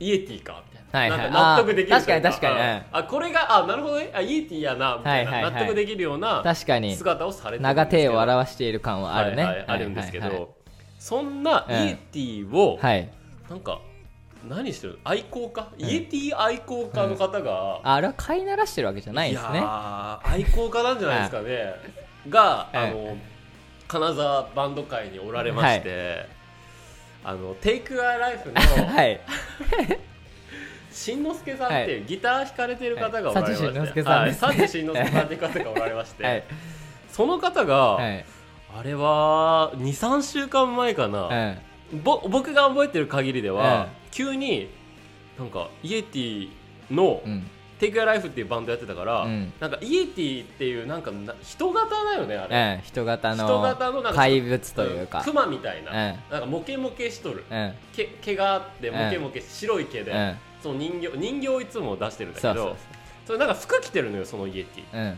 [SPEAKER 2] イエティかみた
[SPEAKER 1] はいい
[SPEAKER 2] な,、
[SPEAKER 1] はい
[SPEAKER 2] なんか納得できる
[SPEAKER 1] あー確かに
[SPEAKER 2] という
[SPEAKER 1] 確かに
[SPEAKER 2] あ
[SPEAKER 1] うん
[SPEAKER 2] あこれがあなるほどねあイエティやなみたいな、
[SPEAKER 1] はいはいはい
[SPEAKER 2] 納得できるような
[SPEAKER 1] 確かに
[SPEAKER 2] 姿をされてるんですけど
[SPEAKER 1] 長手を表している感はあるね、
[SPEAKER 2] はいはいあるんですけど、
[SPEAKER 1] はいはい
[SPEAKER 2] そんなイ
[SPEAKER 1] うん
[SPEAKER 2] エティを、
[SPEAKER 1] はい、はい
[SPEAKER 2] なんか何してる愛好家、イエティ愛好家の方が、
[SPEAKER 1] ああれは飼いならしてるわけじゃない
[SPEAKER 2] い
[SPEAKER 1] んで
[SPEAKER 2] や
[SPEAKER 1] すね
[SPEAKER 2] ー愛好家なんじゃないですかねが、
[SPEAKER 1] はい
[SPEAKER 2] あの金沢バンド界におられまして「あのテイクアライフの
[SPEAKER 1] はい
[SPEAKER 2] しんのすけさんっていうギター弾かれてる方がおられ
[SPEAKER 1] はい
[SPEAKER 2] まして、
[SPEAKER 1] 佐治慎之介さんですね
[SPEAKER 2] はい佐治慎之介さんっていう方がおられまして、
[SPEAKER 1] はい
[SPEAKER 2] その方が、
[SPEAKER 1] はい、
[SPEAKER 2] あれは23週間前かな、
[SPEAKER 1] うん
[SPEAKER 2] ぼ僕が覚えてる限りでは、
[SPEAKER 1] うん
[SPEAKER 2] 急になんかイエティの
[SPEAKER 1] うん、
[SPEAKER 2] 「Take Your Life」っていうバンドやってたから、
[SPEAKER 1] うん
[SPEAKER 2] なんかイエティっていうなんかな人型だよねあれ、
[SPEAKER 1] うん、人型の
[SPEAKER 2] 人型のなんか
[SPEAKER 1] 怪物というか
[SPEAKER 2] クマみたいな,、
[SPEAKER 1] うん
[SPEAKER 2] なんかモケモケしとる、
[SPEAKER 1] うん
[SPEAKER 2] け毛があってモケモケし、白い毛で、
[SPEAKER 1] うん
[SPEAKER 2] その人形人形をいつも出してるんだけ
[SPEAKER 1] そ
[SPEAKER 2] ど
[SPEAKER 1] う
[SPEAKER 2] そ
[SPEAKER 1] そう
[SPEAKER 2] れなんか服着てるのよそのイエティ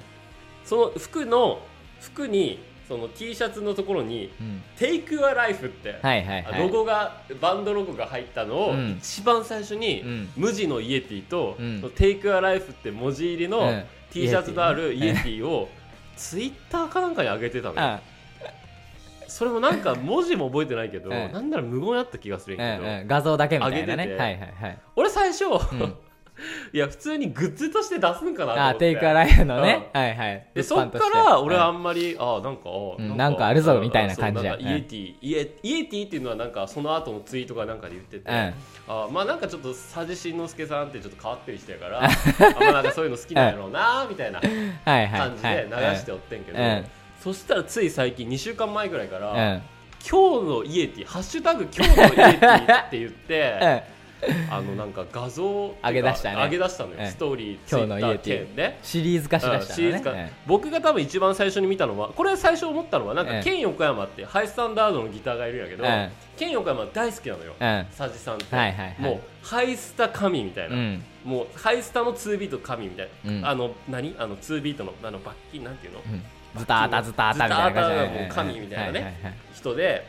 [SPEAKER 1] そううん
[SPEAKER 2] その服の服にその T シャツのところに
[SPEAKER 1] うん
[SPEAKER 2] 「Take Your Life」って、
[SPEAKER 1] はいはいはい
[SPEAKER 2] ロゴがバンドロゴが入ったのを、
[SPEAKER 1] うん
[SPEAKER 2] 一番最初に、
[SPEAKER 1] うん
[SPEAKER 2] 無地のイエティと「
[SPEAKER 1] うん
[SPEAKER 2] その Take a Life」って文字入り
[SPEAKER 1] う
[SPEAKER 2] の
[SPEAKER 1] ん
[SPEAKER 2] T シャツのあるイエティをツイッターかなんかに上げてたのよ、
[SPEAKER 1] あ
[SPEAKER 2] それもなんか文字も覚えてないけ
[SPEAKER 1] う
[SPEAKER 2] ど、
[SPEAKER 1] ん
[SPEAKER 2] なんなら無言やった気がするん
[SPEAKER 1] う
[SPEAKER 2] やけ
[SPEAKER 1] ん
[SPEAKER 2] ど、
[SPEAKER 1] うん、画像だけみたいな
[SPEAKER 2] 上
[SPEAKER 1] ね
[SPEAKER 2] げてて
[SPEAKER 1] はいはいはい
[SPEAKER 2] 俺最初、
[SPEAKER 1] ん
[SPEAKER 2] いや普通にグッズとして出すんかなと思
[SPEAKER 1] あ
[SPEAKER 2] って
[SPEAKER 1] テイクアライフのね、はいはい
[SPEAKER 2] で
[SPEAKER 1] 物
[SPEAKER 2] そっ
[SPEAKER 1] 販
[SPEAKER 2] か
[SPEAKER 1] として
[SPEAKER 2] ら俺はあ
[SPEAKER 1] うん
[SPEAKER 2] んまり、ああなんかあ
[SPEAKER 1] うんなんかあるぞみたいな感じや
[SPEAKER 2] そうなんかイエティ、イエイエティっていうのはなんかその後のツイートかなんかで言ってて、
[SPEAKER 1] うん
[SPEAKER 2] ああまあなんかちょっと佐治慎之介さんってちょっと変わってる人やから あまあなんかそういうの好きなんやろうなみたいな感
[SPEAKER 1] はいはい
[SPEAKER 2] じで流しておってんけど、
[SPEAKER 1] うんうん
[SPEAKER 2] そしたらつい最近2週間前ぐらいから、
[SPEAKER 1] うんうん
[SPEAKER 2] 今日のイエティハッシュタグ今日のイエティって言 っ
[SPEAKER 1] う
[SPEAKER 2] て
[SPEAKER 1] ん
[SPEAKER 2] あのなんか画像を
[SPEAKER 1] 上げ出したね
[SPEAKER 2] 上げ出したのよ、
[SPEAKER 1] うん
[SPEAKER 2] ストーリーツイ
[SPEAKER 1] 今日の
[SPEAKER 2] ッタ
[SPEAKER 1] イエ
[SPEAKER 2] ー
[SPEAKER 1] ティ
[SPEAKER 2] 兼ね
[SPEAKER 1] シリーズ化しだした
[SPEAKER 2] シリーズ化
[SPEAKER 1] のね
[SPEAKER 2] 僕が多分一番最初に見たのはこれ最初思ったのはなん
[SPEAKER 1] え
[SPEAKER 2] か
[SPEAKER 1] え
[SPEAKER 2] ケン横山ってハイスタンダードのギターがいるんやけど、
[SPEAKER 1] ええ
[SPEAKER 2] ケン横山大好きなのよ、
[SPEAKER 1] うんうん
[SPEAKER 2] サジさんって、
[SPEAKER 1] はいはいはい
[SPEAKER 2] もうハイスタ神みたいな、
[SPEAKER 1] うん
[SPEAKER 2] もうハイスタの2ビート神みたいな、
[SPEAKER 1] うん
[SPEAKER 2] あの何あの2ビートのあのバッキンなんていうの、
[SPEAKER 1] うんズタータズタータみたいな感じで
[SPEAKER 2] ズタータがもう神みたいなね
[SPEAKER 1] はは
[SPEAKER 2] 人で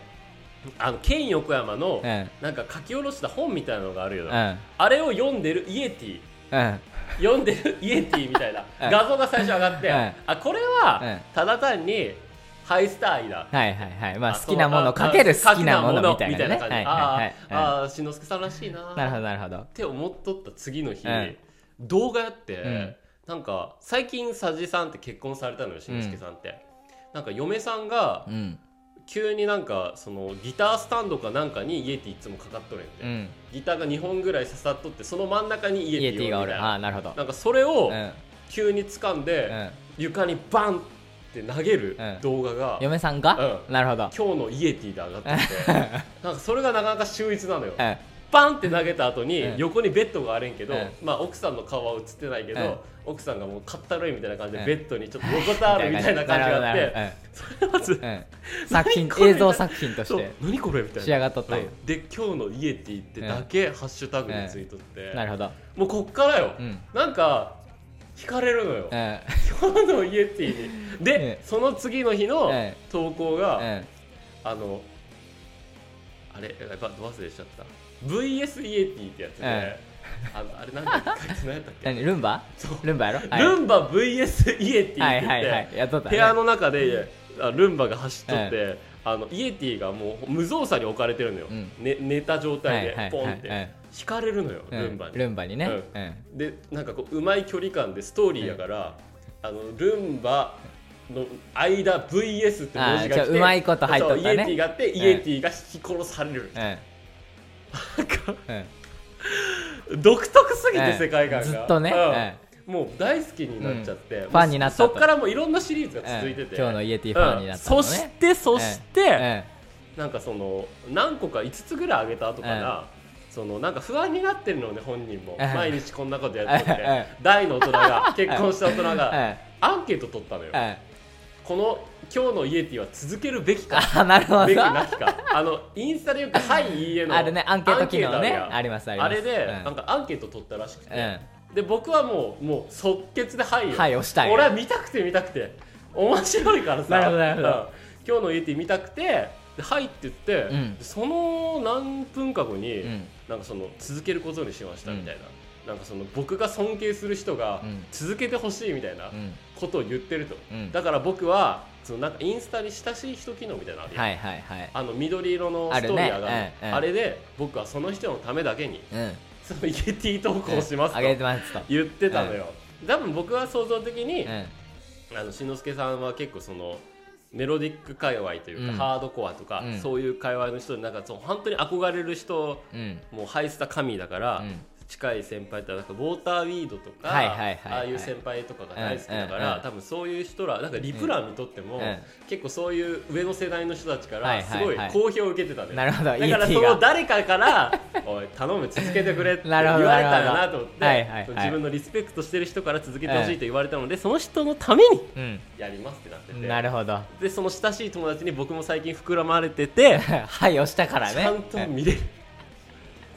[SPEAKER 2] あのケン横山の、
[SPEAKER 1] え
[SPEAKER 2] なんか書き下ろした本みたいなのがあるよ、
[SPEAKER 1] はいうん
[SPEAKER 2] あれを読んでるイエティ
[SPEAKER 1] うん
[SPEAKER 2] 読んでるイエティ みたいな
[SPEAKER 1] うん
[SPEAKER 2] 画像が最初上がって、
[SPEAKER 1] うん
[SPEAKER 2] あこれ
[SPEAKER 1] う
[SPEAKER 2] は
[SPEAKER 1] ん
[SPEAKER 2] ただ単にハイスター愛だ、
[SPEAKER 1] はいはいはいまあ
[SPEAKER 2] あ
[SPEAKER 1] 好きなもの
[SPEAKER 2] そうあ
[SPEAKER 1] かける
[SPEAKER 2] あ
[SPEAKER 1] 好きなものみたいなねは
[SPEAKER 2] 好き
[SPEAKER 1] いはいはい
[SPEAKER 2] なものみたいな感じあー
[SPEAKER 1] うん
[SPEAKER 2] あーしんのすけさんらしいな
[SPEAKER 1] なるほ
[SPEAKER 2] っ
[SPEAKER 1] どなるほど
[SPEAKER 2] て思っとった次の日、
[SPEAKER 1] うん
[SPEAKER 2] 動画やって、
[SPEAKER 1] ん
[SPEAKER 2] なんか最近佐治さんって結婚されたのよしんのすけさんって、なんか嫁さんが
[SPEAKER 1] うん
[SPEAKER 2] 急になんかそのギタースタンドかなんかにイエティいつもかかっとるんやって、
[SPEAKER 1] うん
[SPEAKER 2] ギターが2本ぐらい刺さっとってその真ん中にイ
[SPEAKER 1] イ
[SPEAKER 2] エ
[SPEAKER 1] エ
[SPEAKER 2] テ
[SPEAKER 1] テ
[SPEAKER 2] ィ
[SPEAKER 1] ィ
[SPEAKER 2] が
[SPEAKER 1] が
[SPEAKER 2] お
[SPEAKER 1] お
[SPEAKER 2] るみ
[SPEAKER 1] る
[SPEAKER 2] たいな
[SPEAKER 1] あーなるほど
[SPEAKER 2] なんかそれを
[SPEAKER 1] うん
[SPEAKER 2] 急に掴んで、
[SPEAKER 1] うん
[SPEAKER 2] 床にバンって投げる
[SPEAKER 1] うん
[SPEAKER 2] 動画が、
[SPEAKER 1] 嫁さんが
[SPEAKER 2] う
[SPEAKER 1] なるほど
[SPEAKER 2] 今日のイエティで上がってき てなんかそれがなかなか秀逸なのよ、
[SPEAKER 1] うん
[SPEAKER 2] バンって投げた後に
[SPEAKER 1] うん
[SPEAKER 2] 横にベッドがあれんけど、
[SPEAKER 1] うん
[SPEAKER 2] まあ、奥さんの顔は映ってないけど、
[SPEAKER 1] うん
[SPEAKER 2] 奥さんがもうかったるいみたいな感じで
[SPEAKER 1] うん
[SPEAKER 2] ベッドにちょっと横たわるみたいな感じがあって、それまず、
[SPEAKER 1] うん作品
[SPEAKER 2] 何これ
[SPEAKER 1] 映像作品とし
[SPEAKER 2] そう
[SPEAKER 1] て
[SPEAKER 2] 何これみたいな
[SPEAKER 1] 仕上がっとったんや
[SPEAKER 2] うんで今日のイエティってだけハッシュタグについとって、
[SPEAKER 1] なるほど
[SPEAKER 2] もうこっからよ、
[SPEAKER 1] うん
[SPEAKER 2] なんか惹かれるのよ
[SPEAKER 1] う、ん
[SPEAKER 2] 今日のイエティにで、
[SPEAKER 1] ええ
[SPEAKER 2] その次の日の
[SPEAKER 1] え
[SPEAKER 2] 投稿が、
[SPEAKER 1] うん
[SPEAKER 2] あのあれやっぱ忘れしちゃった VS イエティってやつで、
[SPEAKER 1] え
[SPEAKER 2] あのあれなんだっけ書いて何やったっけ
[SPEAKER 1] 何ルンバ
[SPEAKER 2] そう
[SPEAKER 1] ルンバやろ
[SPEAKER 2] ルンバ VS イエティって言って、
[SPEAKER 1] はいはいはいやっとったね
[SPEAKER 2] 部屋の中であルンバが走っとって、あのイエティがもう無造作に置かれてるのよ、
[SPEAKER 1] うん
[SPEAKER 2] ね、寝た状態
[SPEAKER 1] はいはいは
[SPEAKER 2] で
[SPEAKER 1] い
[SPEAKER 2] ポンって、
[SPEAKER 1] え
[SPEAKER 2] 惹かれるのよ、
[SPEAKER 1] うん
[SPEAKER 2] ルンバに
[SPEAKER 1] ルンバにね
[SPEAKER 2] うんでなんかこううまい距離感でストーリーやから、あのルンバの間 VS って文字が
[SPEAKER 1] あーち
[SPEAKER 2] 来
[SPEAKER 1] ょ
[SPEAKER 2] て
[SPEAKER 1] うまいこと入っとったね
[SPEAKER 2] そうイエティがあって、
[SPEAKER 1] ん
[SPEAKER 2] イエティが引き殺される
[SPEAKER 1] うんうん
[SPEAKER 2] なんか
[SPEAKER 1] うん
[SPEAKER 2] 独特すぎ
[SPEAKER 1] う
[SPEAKER 2] て
[SPEAKER 1] ん
[SPEAKER 2] 世界観が
[SPEAKER 1] ずっとね
[SPEAKER 2] うんもう大好きになっちゃって、
[SPEAKER 1] んファンになったと
[SPEAKER 2] もうそっからもういろんなシリーズが続いてて、
[SPEAKER 1] うん今日のイエティファンになった
[SPEAKER 2] う
[SPEAKER 1] の
[SPEAKER 2] ん
[SPEAKER 1] ね
[SPEAKER 2] そしてそして、
[SPEAKER 1] うん
[SPEAKER 2] なんかその何個か5つぐらい上げた後から、そのなんか不安になってるのね本人も
[SPEAKER 1] うん
[SPEAKER 2] 毎日こんなことやってて、
[SPEAKER 1] う
[SPEAKER 2] 大の大人が結婚した大人が
[SPEAKER 1] うん
[SPEAKER 2] アンケート取ったのよ
[SPEAKER 1] うん
[SPEAKER 2] この今日のイエティは続けるべきか
[SPEAKER 1] あなるほ
[SPEAKER 2] べき
[SPEAKER 1] ど
[SPEAKER 2] なきかあのインスタでよく「はいいいえ」の
[SPEAKER 1] あるねアンケート機能ね
[SPEAKER 2] アンケートるやん
[SPEAKER 1] ありますあります
[SPEAKER 2] あれで、
[SPEAKER 1] うん
[SPEAKER 2] なんかアンケート取ったらしく
[SPEAKER 1] う
[SPEAKER 2] て、
[SPEAKER 1] ん
[SPEAKER 2] で僕はもうもう即決で「はいよ」
[SPEAKER 1] はい押したい
[SPEAKER 2] 俺は見たくて見たくて面白いからさ
[SPEAKER 1] なるほどなるほど
[SPEAKER 2] うん今日のイエティ見たくてで「はい」って言って、
[SPEAKER 1] うん
[SPEAKER 2] その何分か後に、
[SPEAKER 1] うん
[SPEAKER 2] なんかその続けることにしましたみたいな、なんかその僕が尊敬する人が
[SPEAKER 1] うん
[SPEAKER 2] 続けてほしいみたいな
[SPEAKER 1] うん
[SPEAKER 2] ことを言ってると、
[SPEAKER 1] うん
[SPEAKER 2] だから僕はそのなんかインスタに親しい人機能みたいなのあるやん
[SPEAKER 1] はいはいはい
[SPEAKER 2] あの緑色のストーリー上がるの
[SPEAKER 1] ある
[SPEAKER 2] あ,、
[SPEAKER 1] ねうんうん
[SPEAKER 2] れで僕はその人のためだけに
[SPEAKER 1] うん
[SPEAKER 2] そのイエティ投稿しますと
[SPEAKER 1] あげてますと
[SPEAKER 2] 言ってたのよ、多分僕は想像的に、
[SPEAKER 1] うん
[SPEAKER 2] あのしんのすけさんは結構そのメロディック界隈というか、
[SPEAKER 1] うん
[SPEAKER 2] ハードコアとか、
[SPEAKER 1] うん
[SPEAKER 2] そういう界隈の人でなんかその本当に憧れる人
[SPEAKER 1] うん
[SPEAKER 2] もうハイスタ神だから、
[SPEAKER 1] うん
[SPEAKER 2] 近い先輩ってなんかウォーターウィードとか、
[SPEAKER 1] はいはいはいはい
[SPEAKER 2] ああいう先輩とかが大好きだから、
[SPEAKER 1] うんうんうん
[SPEAKER 2] 多分そういう人らなんかリプラー見とっても、
[SPEAKER 1] うんうん
[SPEAKER 2] 結構そういう上の世代の人たちか
[SPEAKER 1] はい
[SPEAKER 2] らす
[SPEAKER 1] はい
[SPEAKER 2] ごい
[SPEAKER 1] はい
[SPEAKER 2] 好評を受けてたのよ、
[SPEAKER 1] なるほど
[SPEAKER 2] だから
[SPEAKER 1] ET
[SPEAKER 2] そ
[SPEAKER 1] が
[SPEAKER 2] の誰かから 「おい頼む続けてくれ」って言
[SPEAKER 1] な
[SPEAKER 2] われ
[SPEAKER 1] るほ
[SPEAKER 2] た
[SPEAKER 1] ど
[SPEAKER 2] らなと思って、
[SPEAKER 1] はいはいはい
[SPEAKER 2] 自分のリスペクトしてる人から続けてほしいと言われたので、その人のために
[SPEAKER 1] う
[SPEAKER 2] やりますってなってて
[SPEAKER 1] んなるほど
[SPEAKER 2] でその親しい友達に僕も最近膨らまれてて
[SPEAKER 1] はい押したから
[SPEAKER 2] ちゃん
[SPEAKER 1] ね
[SPEAKER 2] と見れる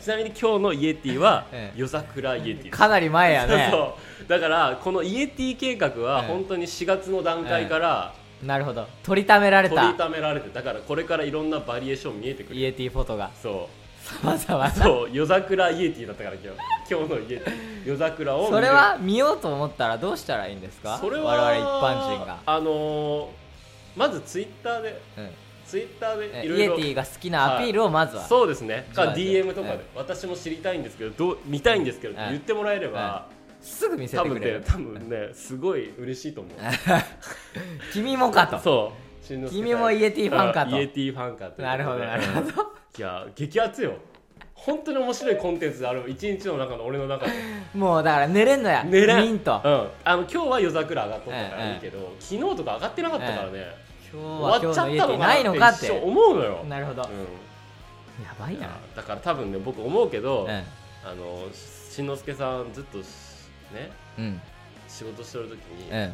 [SPEAKER 2] ちなみに今日のイエテ ィは
[SPEAKER 1] うん
[SPEAKER 2] 夜桜イエティです
[SPEAKER 1] かなり前やね
[SPEAKER 2] そうそうだからこのイエティ計画は
[SPEAKER 1] うん
[SPEAKER 2] 本当に4月の段階から
[SPEAKER 1] なるほど取りためられ
[SPEAKER 2] 取り
[SPEAKER 1] た
[SPEAKER 2] ためられてだからこれからいろんなバリエーション見えてくる
[SPEAKER 1] イエティフォトが
[SPEAKER 2] そ
[SPEAKER 1] さまざま
[SPEAKER 2] う そう夜桜イエティだったから今日今日のイエティ夜桜を見る
[SPEAKER 1] それは見ようと思ったらどうしたらいいんですか
[SPEAKER 2] それは
[SPEAKER 1] 我々一般人が、
[SPEAKER 2] あのーまずツイッターで
[SPEAKER 1] うん
[SPEAKER 2] ツイッターで
[SPEAKER 1] え
[SPEAKER 2] い
[SPEAKER 1] イ
[SPEAKER 2] ろ
[SPEAKER 1] エ
[SPEAKER 2] い
[SPEAKER 1] テ
[SPEAKER 2] ろ
[SPEAKER 1] ィが好きなアピールをまずは、
[SPEAKER 2] そうですねか
[SPEAKER 1] じわじわ
[SPEAKER 2] DM とかで、
[SPEAKER 1] うん
[SPEAKER 2] 私も知りたいんですけどどう見たいんですけどって言ってもらえれば、
[SPEAKER 1] すぐ見せ
[SPEAKER 2] 多
[SPEAKER 1] て
[SPEAKER 2] 分
[SPEAKER 1] くれ
[SPEAKER 2] ね
[SPEAKER 1] る
[SPEAKER 2] 多分ねすごい嬉しいと思う
[SPEAKER 1] 君もかと
[SPEAKER 2] そうしんのすけさん
[SPEAKER 1] 君もイエティファンかと
[SPEAKER 2] うんイエティファンかと
[SPEAKER 1] なるほどなるほ
[SPEAKER 2] どいや激アツよ本当に面白いコンテンツである一日の中の俺 の中で
[SPEAKER 1] もうだから寝れんのや
[SPEAKER 2] 寝れん
[SPEAKER 1] ミンと、
[SPEAKER 2] うん、あの今日は夜桜上がっとったか
[SPEAKER 1] うん
[SPEAKER 2] ら
[SPEAKER 1] うん
[SPEAKER 2] いいけど、昨日とか上がってなかったからね、
[SPEAKER 1] 今日は
[SPEAKER 2] 終
[SPEAKER 1] 今
[SPEAKER 2] わっち
[SPEAKER 1] 日
[SPEAKER 2] ゃ
[SPEAKER 1] の
[SPEAKER 2] っ
[SPEAKER 1] イエ
[SPEAKER 2] た
[SPEAKER 1] ティ
[SPEAKER 2] の
[SPEAKER 1] ないの
[SPEAKER 2] か
[SPEAKER 1] か
[SPEAKER 2] な
[SPEAKER 1] っ
[SPEAKER 2] って一
[SPEAKER 1] て
[SPEAKER 2] 生思うのよ、
[SPEAKER 1] なるほど、や
[SPEAKER 2] う
[SPEAKER 1] ば
[SPEAKER 2] ん、
[SPEAKER 1] いな、
[SPEAKER 2] だから多分ね僕思うけど、
[SPEAKER 1] うん
[SPEAKER 2] あのしんのすけさんずっとしね
[SPEAKER 1] うん
[SPEAKER 2] 仕事してる時に、
[SPEAKER 1] う
[SPEAKER 2] あの
[SPEAKER 1] ん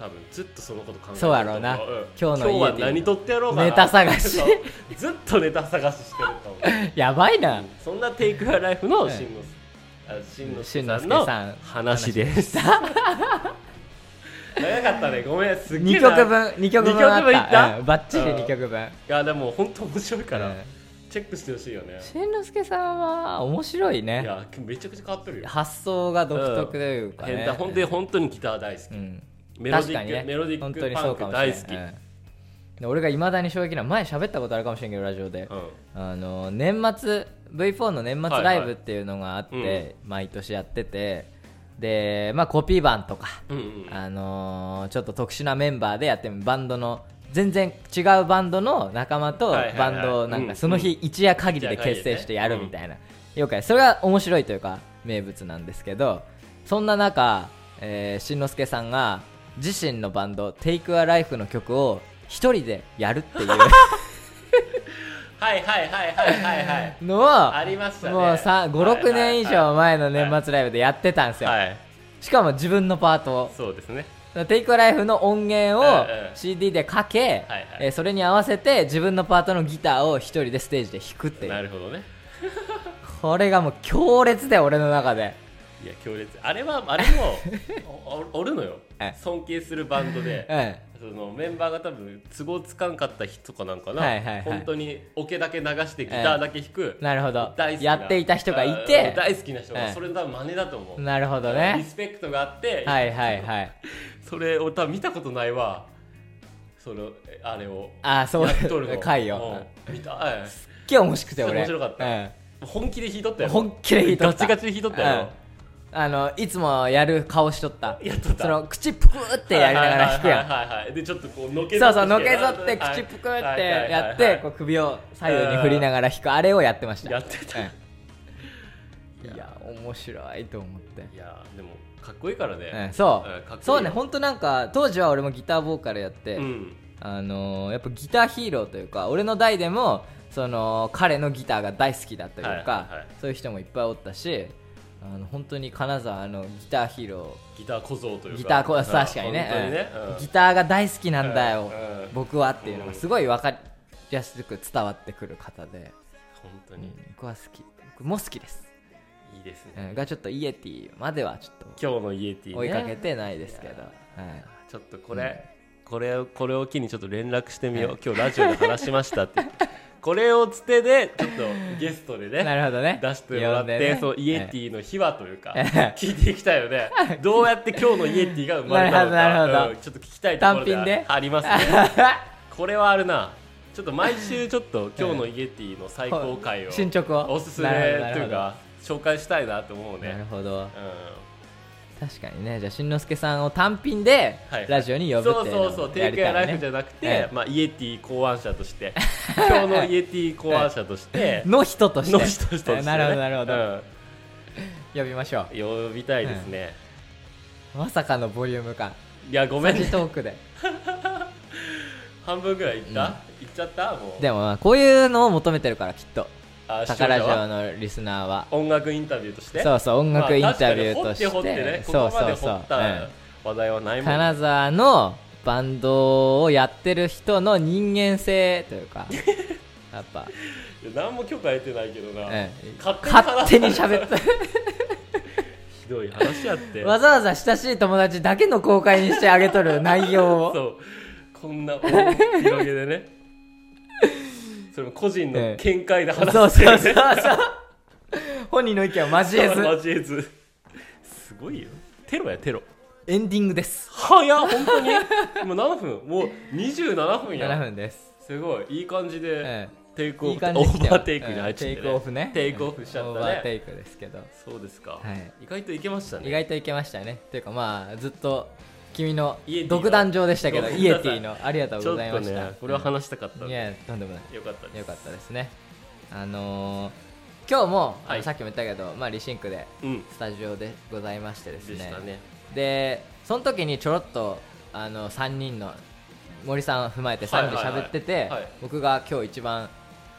[SPEAKER 2] 多分ずっとそのこと考えてる
[SPEAKER 1] そうやろうな
[SPEAKER 2] と思ん
[SPEAKER 1] 今日の家で
[SPEAKER 2] は何撮ってやろうかな
[SPEAKER 1] ネタ探し
[SPEAKER 2] そうずっとネタ探ししてると思う
[SPEAKER 1] やばいな、
[SPEAKER 2] うんそんなテイクアライフの
[SPEAKER 1] うん
[SPEAKER 2] しんのすあしんの
[SPEAKER 1] し
[SPEAKER 2] す
[SPEAKER 1] ん
[SPEAKER 2] け
[SPEAKER 1] の
[SPEAKER 2] さ
[SPEAKER 1] す
[SPEAKER 2] ん
[SPEAKER 1] け
[SPEAKER 2] の
[SPEAKER 1] さん
[SPEAKER 2] 話です長かったねごめんすっげえ
[SPEAKER 1] 2
[SPEAKER 2] な
[SPEAKER 1] 曲分2曲分あった
[SPEAKER 2] 二曲分いった
[SPEAKER 1] うん、ばっちり2曲分
[SPEAKER 2] いやでも本当面白いから、
[SPEAKER 1] うん
[SPEAKER 2] チェックしてほしいよね
[SPEAKER 1] しんのすけさんは面白い
[SPEAKER 2] い
[SPEAKER 1] ね
[SPEAKER 2] やめちゃくちゃ変わってるよ
[SPEAKER 1] 発想が独特というかね、
[SPEAKER 2] 変態本当に本当にギター大好き、
[SPEAKER 1] うん
[SPEAKER 2] メロディ
[SPEAKER 1] 確か
[SPEAKER 2] ッ
[SPEAKER 1] に
[SPEAKER 2] ク、
[SPEAKER 1] ね
[SPEAKER 2] メロディッ
[SPEAKER 1] 本当
[SPEAKER 2] ク
[SPEAKER 1] に
[SPEAKER 2] パ
[SPEAKER 1] そ
[SPEAKER 2] ン
[SPEAKER 1] うかも
[SPEAKER 2] ク
[SPEAKER 1] しれ
[SPEAKER 2] 大
[SPEAKER 1] ない
[SPEAKER 2] 好き、
[SPEAKER 1] うんで俺がいまだに衝撃な前喋ったことあるかもしれんけどラジオで、
[SPEAKER 2] うん
[SPEAKER 1] あの年末 V4 の年末ライブっていうのがあって、
[SPEAKER 2] はいはい
[SPEAKER 1] 毎年やっててでまあコピー版とか、
[SPEAKER 2] うんうん
[SPEAKER 1] あのーちょっと特殊なメンバーでやってるバンドの全然違うバンドの仲間と
[SPEAKER 2] はいはいはい
[SPEAKER 1] バンドをなん
[SPEAKER 2] う
[SPEAKER 1] か
[SPEAKER 2] ん
[SPEAKER 1] その日一夜限りで結成してやるみたいな、よくやるそれが面白いというか名物なんですけどそんな中、えー、しんのすけさんが自身のバンド「TakeALife」の曲を一人でやる っていう
[SPEAKER 2] はいはいはいはいはいはい
[SPEAKER 1] のを
[SPEAKER 2] ありましたね
[SPEAKER 1] もうさ56年以上前の年末ライブでやってたんですよ、
[SPEAKER 2] はい
[SPEAKER 1] しかも自分のパートを
[SPEAKER 2] そうですね
[SPEAKER 1] テイクライフの音源を
[SPEAKER 2] ええ
[SPEAKER 1] CD でかけ、
[SPEAKER 2] はいはい
[SPEAKER 1] えーそれに合わせて自分のパートのギターを一人でステージで弾くってい
[SPEAKER 2] な
[SPEAKER 1] う
[SPEAKER 2] るほどね
[SPEAKER 1] これがもう強烈で俺の中で
[SPEAKER 2] いや強烈あれはあれもおおおるのよ
[SPEAKER 1] え
[SPEAKER 2] 尊敬するバンドで
[SPEAKER 1] うん
[SPEAKER 2] そのメンバーが多分都合つかんかった日とかなんかな、
[SPEAKER 1] はいはいはい
[SPEAKER 2] 本当にオケだけ流してギターだけ弾く、
[SPEAKER 1] なるほど
[SPEAKER 2] 大好きな
[SPEAKER 1] やっていた人がい
[SPEAKER 2] うん
[SPEAKER 1] て
[SPEAKER 2] 大好きな人
[SPEAKER 1] え
[SPEAKER 2] が、
[SPEAKER 1] え
[SPEAKER 2] それの多分真似だと思う、
[SPEAKER 1] なるほど
[SPEAKER 2] リ
[SPEAKER 1] ね
[SPEAKER 2] スペクトがあって、
[SPEAKER 1] はいはいはい
[SPEAKER 2] それを多分見たことないわそのえあれを
[SPEAKER 1] ああそう
[SPEAKER 2] やっとる の
[SPEAKER 1] 回を
[SPEAKER 2] うん見たい
[SPEAKER 1] 今日面白くて俺
[SPEAKER 2] 面白かった
[SPEAKER 1] うん
[SPEAKER 2] 本気で弾いとったよ
[SPEAKER 1] 本気で弾いとった
[SPEAKER 2] ガチガチで弾いとったよ、
[SPEAKER 1] うんあのいつもやる顔しとった
[SPEAKER 2] やっとった
[SPEAKER 1] その口ぷくってやりながら弾くやん
[SPEAKER 2] はいはいはいはいでちょっとこうのけぞ
[SPEAKER 1] そ
[SPEAKER 2] っ
[SPEAKER 1] う
[SPEAKER 2] て
[SPEAKER 1] そうのけぞって口ぷくってやってこう首を左右に振りながら弾くあれをやってました
[SPEAKER 2] やってた
[SPEAKER 1] うんいや面白いと思って
[SPEAKER 2] いやでもかっこいいからね、
[SPEAKER 1] うんそ
[SPEAKER 2] うんかっこいいうよ
[SPEAKER 1] そうね本当なんか当時は俺もギターボーカルやって
[SPEAKER 2] うん
[SPEAKER 1] あのーやっぱギターヒーローというか俺の代でもその彼のギターが大好きだという
[SPEAKER 2] はいは
[SPEAKER 1] か
[SPEAKER 2] いはい
[SPEAKER 1] そういう人もいっぱいおったしあの本当に金沢のギターヒーロ
[SPEAKER 2] ギター小僧という
[SPEAKER 1] ー
[SPEAKER 2] か
[SPEAKER 1] ギターこ
[SPEAKER 2] うん
[SPEAKER 1] う確かにね
[SPEAKER 2] 本当にね、
[SPEAKER 1] うん
[SPEAKER 2] うん
[SPEAKER 1] ギターが大好きなんだよ、
[SPEAKER 2] うんうん
[SPEAKER 1] 僕はっていうのがすごい分かりやすく伝わってくる方で、
[SPEAKER 2] 本当
[SPEAKER 1] うん
[SPEAKER 2] に
[SPEAKER 1] 僕は好き僕も好きです、
[SPEAKER 2] いいですね、
[SPEAKER 1] うん、がちょっとイエティまではちょっ
[SPEAKER 2] 今日のイエティ、ね、
[SPEAKER 1] と追いかけてないですけど、はい
[SPEAKER 2] ちょっとこれ、これをこれを機にちょっと連絡してみよう、今日ラジオで話しましたってこれをつてでちょっとゲストで
[SPEAKER 1] な
[SPEAKER 2] ね
[SPEAKER 1] るほどね
[SPEAKER 2] 出してもらって、そうイエテ
[SPEAKER 1] ィ
[SPEAKER 2] ィの秘話というか、
[SPEAKER 1] え
[SPEAKER 2] 聞いていきたい のでどうやって今日のイエティが生まれたのか
[SPEAKER 1] なるほどなるほど
[SPEAKER 2] うんちょっと聞きたいところで
[SPEAKER 1] 単品
[SPEAKER 2] は
[SPEAKER 1] で
[SPEAKER 2] ありま すねこれはあるなちょっと毎週ちょっと今日のイエティの最高回を
[SPEAKER 1] 進捗を
[SPEAKER 2] おすすめというか紹介したいなと思う
[SPEAKER 1] なる
[SPEAKER 2] ね、
[SPEAKER 1] ほど
[SPEAKER 2] うん
[SPEAKER 1] 確かにねじゃあしんのすけさんを単品で
[SPEAKER 2] はい
[SPEAKER 1] ラジオに呼ぶ
[SPEAKER 2] そ
[SPEAKER 1] っ
[SPEAKER 2] う
[SPEAKER 1] ていうの
[SPEAKER 2] そう
[SPEAKER 1] も
[SPEAKER 2] そう、テ
[SPEAKER 1] や
[SPEAKER 2] イ
[SPEAKER 1] り
[SPEAKER 2] ク
[SPEAKER 1] た
[SPEAKER 2] やラ
[SPEAKER 1] い
[SPEAKER 2] イフじ
[SPEAKER 1] ね
[SPEAKER 2] ゃなくて、
[SPEAKER 1] ええ
[SPEAKER 2] まあ、イエティ考案者として 今日のイエティ考案者として
[SPEAKER 1] の人として
[SPEAKER 2] の人として ね、
[SPEAKER 1] なるほどなるほど、
[SPEAKER 2] うん
[SPEAKER 1] 呼びましょ
[SPEAKER 2] 呼びたいですね、
[SPEAKER 1] うまさかのボリューム感
[SPEAKER 2] いやごめ
[SPEAKER 1] 同
[SPEAKER 2] ん
[SPEAKER 1] じ
[SPEAKER 2] ね
[SPEAKER 1] トークで
[SPEAKER 2] 半分ぐらいいっ
[SPEAKER 1] う
[SPEAKER 2] た、
[SPEAKER 1] ん
[SPEAKER 2] いっちゃったもう
[SPEAKER 1] でもまあこういうのを求めてるからきっと
[SPEAKER 2] あ視聴
[SPEAKER 1] 宝ラ
[SPEAKER 2] 者
[SPEAKER 1] ジ
[SPEAKER 2] は
[SPEAKER 1] オのリスナーは
[SPEAKER 2] 音楽インタビューとして
[SPEAKER 1] そうそう音楽インタビューとして、
[SPEAKER 2] まあ、確かに掘って掘ってねこ
[SPEAKER 1] そう
[SPEAKER 2] こま
[SPEAKER 1] そ
[SPEAKER 2] で
[SPEAKER 1] うそ
[SPEAKER 2] 掘
[SPEAKER 1] う、
[SPEAKER 2] った
[SPEAKER 1] うん
[SPEAKER 2] 話題はないもん、
[SPEAKER 1] 金沢のバンドをやってる人の人間性という かやっぱ、
[SPEAKER 2] いや何も許可得てないけどな、
[SPEAKER 1] うん
[SPEAKER 2] 勝手に話
[SPEAKER 1] 勝手に喋った
[SPEAKER 2] ひどい話やって
[SPEAKER 1] わざわざ親しい友達だけの公開にしてあげとる内容を
[SPEAKER 2] そうこんな大広げ でねそれも個人の見解で話
[SPEAKER 1] そう
[SPEAKER 2] して
[SPEAKER 1] そう
[SPEAKER 2] る
[SPEAKER 1] そう
[SPEAKER 2] ね
[SPEAKER 1] そう本人の意見を交えず
[SPEAKER 2] 交えずすごいよテロやテロ
[SPEAKER 1] エンディングです
[SPEAKER 2] 早っ本当にもう7分もう27分
[SPEAKER 1] 7
[SPEAKER 2] や
[SPEAKER 1] 分です、
[SPEAKER 2] すごいいい感じで
[SPEAKER 1] え
[SPEAKER 2] テイク
[SPEAKER 1] え
[SPEAKER 2] オ
[SPEAKER 1] い
[SPEAKER 2] フ
[SPEAKER 1] い感じ
[SPEAKER 2] オ
[SPEAKER 1] に来て
[SPEAKER 2] ー
[SPEAKER 1] よ
[SPEAKER 2] バーテイクに入っちゃ
[SPEAKER 1] うん
[SPEAKER 2] って
[SPEAKER 1] テイクオフね
[SPEAKER 2] テイクオフしちゃ
[SPEAKER 1] オ
[SPEAKER 2] っ
[SPEAKER 1] ーバ
[SPEAKER 2] た
[SPEAKER 1] ー
[SPEAKER 2] ね
[SPEAKER 1] テイクですけど
[SPEAKER 2] そうですか
[SPEAKER 1] はい
[SPEAKER 2] 意外といけましたね
[SPEAKER 1] 意外といけましたねというかまあずっと君の
[SPEAKER 2] イエティの
[SPEAKER 1] 独壇場でしたけど
[SPEAKER 2] ごめん
[SPEAKER 1] イ
[SPEAKER 2] な
[SPEAKER 1] エ
[SPEAKER 2] さい
[SPEAKER 1] ティ のありがとう
[SPEAKER 2] ちょ
[SPEAKER 1] ご
[SPEAKER 2] っ
[SPEAKER 1] ざいま
[SPEAKER 2] と
[SPEAKER 1] した
[SPEAKER 2] ねこれは話したかっ
[SPEAKER 1] うん
[SPEAKER 2] た
[SPEAKER 1] んい
[SPEAKER 2] で
[SPEAKER 1] やとんでもない
[SPEAKER 2] よかったで
[SPEAKER 1] よ
[SPEAKER 2] す
[SPEAKER 1] かったですねあのー今日も、あの
[SPEAKER 2] はい
[SPEAKER 1] さっきも言ったけど、まあ、リシンクで
[SPEAKER 2] うん
[SPEAKER 1] スタジオでございましてです
[SPEAKER 2] でしたね
[SPEAKER 1] でその時にちょろっとあの3人の森さんを踏まえて3人で
[SPEAKER 2] はいはいはい
[SPEAKER 1] 喋ってて
[SPEAKER 2] はい
[SPEAKER 1] 僕が今日一番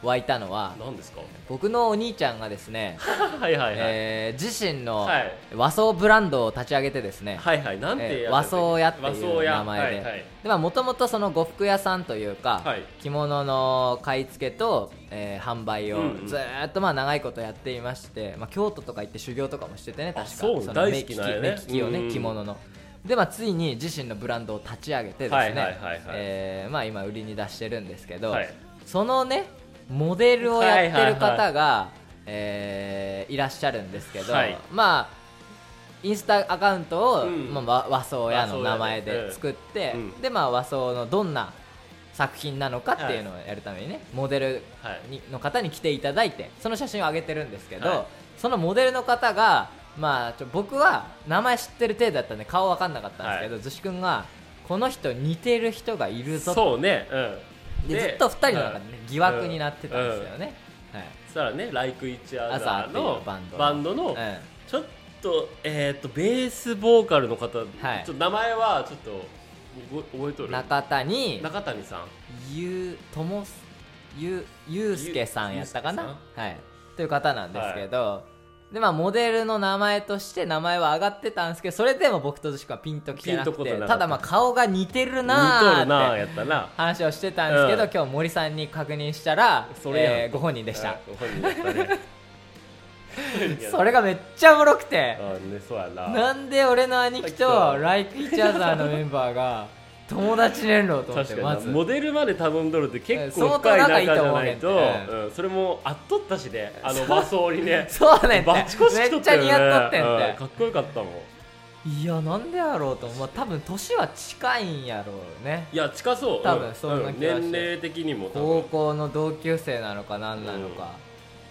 [SPEAKER 1] 湧いたのは
[SPEAKER 2] 何ですか
[SPEAKER 1] 僕のお兄ちゃんがですね、
[SPEAKER 2] はいはいはい
[SPEAKER 1] えー自身の
[SPEAKER 2] はい
[SPEAKER 1] 和装ブランドを立ち上げてですね、
[SPEAKER 2] はいはい、なんて
[SPEAKER 1] えー
[SPEAKER 2] やつ
[SPEAKER 1] 和装屋っていう名前
[SPEAKER 2] 和装屋はいはい
[SPEAKER 1] でもともとその呉服屋さんというか、
[SPEAKER 2] はい
[SPEAKER 1] 着物の買い付けと、えー販売を
[SPEAKER 2] うんうん
[SPEAKER 1] ずーっとまあ長いことやっていまして、まあ、京都とか行って修行とかもしててね確
[SPEAKER 2] あ
[SPEAKER 1] か
[SPEAKER 2] そう
[SPEAKER 1] の
[SPEAKER 2] 大好きなんやね
[SPEAKER 1] 目利き目利きをね、
[SPEAKER 2] うんうん
[SPEAKER 1] 着物のでまあついに自身のブランドを立ち上げてです
[SPEAKER 2] はいはいはい
[SPEAKER 1] ね
[SPEAKER 2] はい
[SPEAKER 1] えーまあ今売りに出してるんですけど、
[SPEAKER 2] はい
[SPEAKER 1] そのねモデルをやってる方が、えーいらっしゃるんですけど、
[SPEAKER 2] はい
[SPEAKER 1] まあインスタアカウントを、
[SPEAKER 2] うん
[SPEAKER 1] まあ、和和装親の名前
[SPEAKER 2] 和装屋で
[SPEAKER 1] で作って、
[SPEAKER 2] うん
[SPEAKER 1] でまあ、和装のどんな作品なのかっていうのをやるためにね、モデル
[SPEAKER 2] はい
[SPEAKER 1] にの方に来ていただいてその写真を上げてるんですけど、
[SPEAKER 2] はい
[SPEAKER 1] そのモデルの方が、まあ、ちょ僕は名前知ってる程度だったんで顔分かんなかったんですけど、
[SPEAKER 2] は
[SPEAKER 1] 逗子君がこの人似てる人がいるぞ
[SPEAKER 2] そうね、うん、
[SPEAKER 1] でずっと2人の中で、ね
[SPEAKER 2] うん
[SPEAKER 1] 疑惑になってたんですよね、はい
[SPEAKER 2] そしたらね「Like Each
[SPEAKER 1] 朝っ
[SPEAKER 2] Other
[SPEAKER 1] て」いう
[SPEAKER 2] の
[SPEAKER 1] バンドの
[SPEAKER 2] バンドの
[SPEAKER 1] うん
[SPEAKER 2] ちょっとえっ、とベースボーカルの方、
[SPEAKER 1] はい
[SPEAKER 2] ちょっと名前はちょっと覚え覚えとる
[SPEAKER 1] 中谷
[SPEAKER 2] 中谷さん
[SPEAKER 1] ゆうともすゆゆうすけさんやったか
[SPEAKER 2] ゆう
[SPEAKER 1] なはいという方なんですけど、でまあ、モデルの名前として名前は上がってたんですけどそれでも僕としかピンときてなく
[SPEAKER 2] ピンとこ
[SPEAKER 1] て
[SPEAKER 2] となかった
[SPEAKER 1] ただまあ顔が似てる
[SPEAKER 2] 似と
[SPEAKER 1] な
[SPEAKER 2] るな
[SPEAKER 1] ー
[SPEAKER 2] あ
[SPEAKER 1] って
[SPEAKER 2] やったな
[SPEAKER 1] 話をしてたんですけど、
[SPEAKER 2] うん
[SPEAKER 1] 今日森さんに確認したら、
[SPEAKER 2] それやん
[SPEAKER 1] えーご本人でした、
[SPEAKER 2] うんご本人やったね
[SPEAKER 1] それがめっちゃおもろくて、
[SPEAKER 2] あねそうやな
[SPEAKER 1] なんで俺の兄貴
[SPEAKER 2] さっ
[SPEAKER 1] と
[SPEAKER 2] きと
[SPEAKER 1] Like Each Other のメンバーが友達になろうと思って
[SPEAKER 2] 確か
[SPEAKER 1] ま
[SPEAKER 2] にな
[SPEAKER 1] ず
[SPEAKER 2] モデルまで頼んどるって
[SPEAKER 1] えー
[SPEAKER 2] 結構
[SPEAKER 1] 相
[SPEAKER 2] 深
[SPEAKER 1] 当
[SPEAKER 2] い
[SPEAKER 1] 仲
[SPEAKER 2] 仲
[SPEAKER 1] いい
[SPEAKER 2] じ
[SPEAKER 1] と思う
[SPEAKER 2] ゃないと、
[SPEAKER 1] ねんて
[SPEAKER 2] うんそれもあっとったしであの和装にね
[SPEAKER 1] そうねんて
[SPEAKER 2] バチコシ
[SPEAKER 1] め
[SPEAKER 2] 来と
[SPEAKER 1] っ
[SPEAKER 2] っ
[SPEAKER 1] ち
[SPEAKER 2] た
[SPEAKER 1] ゃ
[SPEAKER 2] よね
[SPEAKER 1] 似合っとってんて、
[SPEAKER 2] うんかっこよかったもん
[SPEAKER 1] いやなんでやろうと思う多分年は近いんやろうね
[SPEAKER 2] いや近そう
[SPEAKER 1] 多分
[SPEAKER 2] うん
[SPEAKER 1] そんな
[SPEAKER 2] うん
[SPEAKER 1] 気がして
[SPEAKER 2] 年齢的にも多
[SPEAKER 1] 高
[SPEAKER 2] 分
[SPEAKER 1] 校の同級生なのか何なのか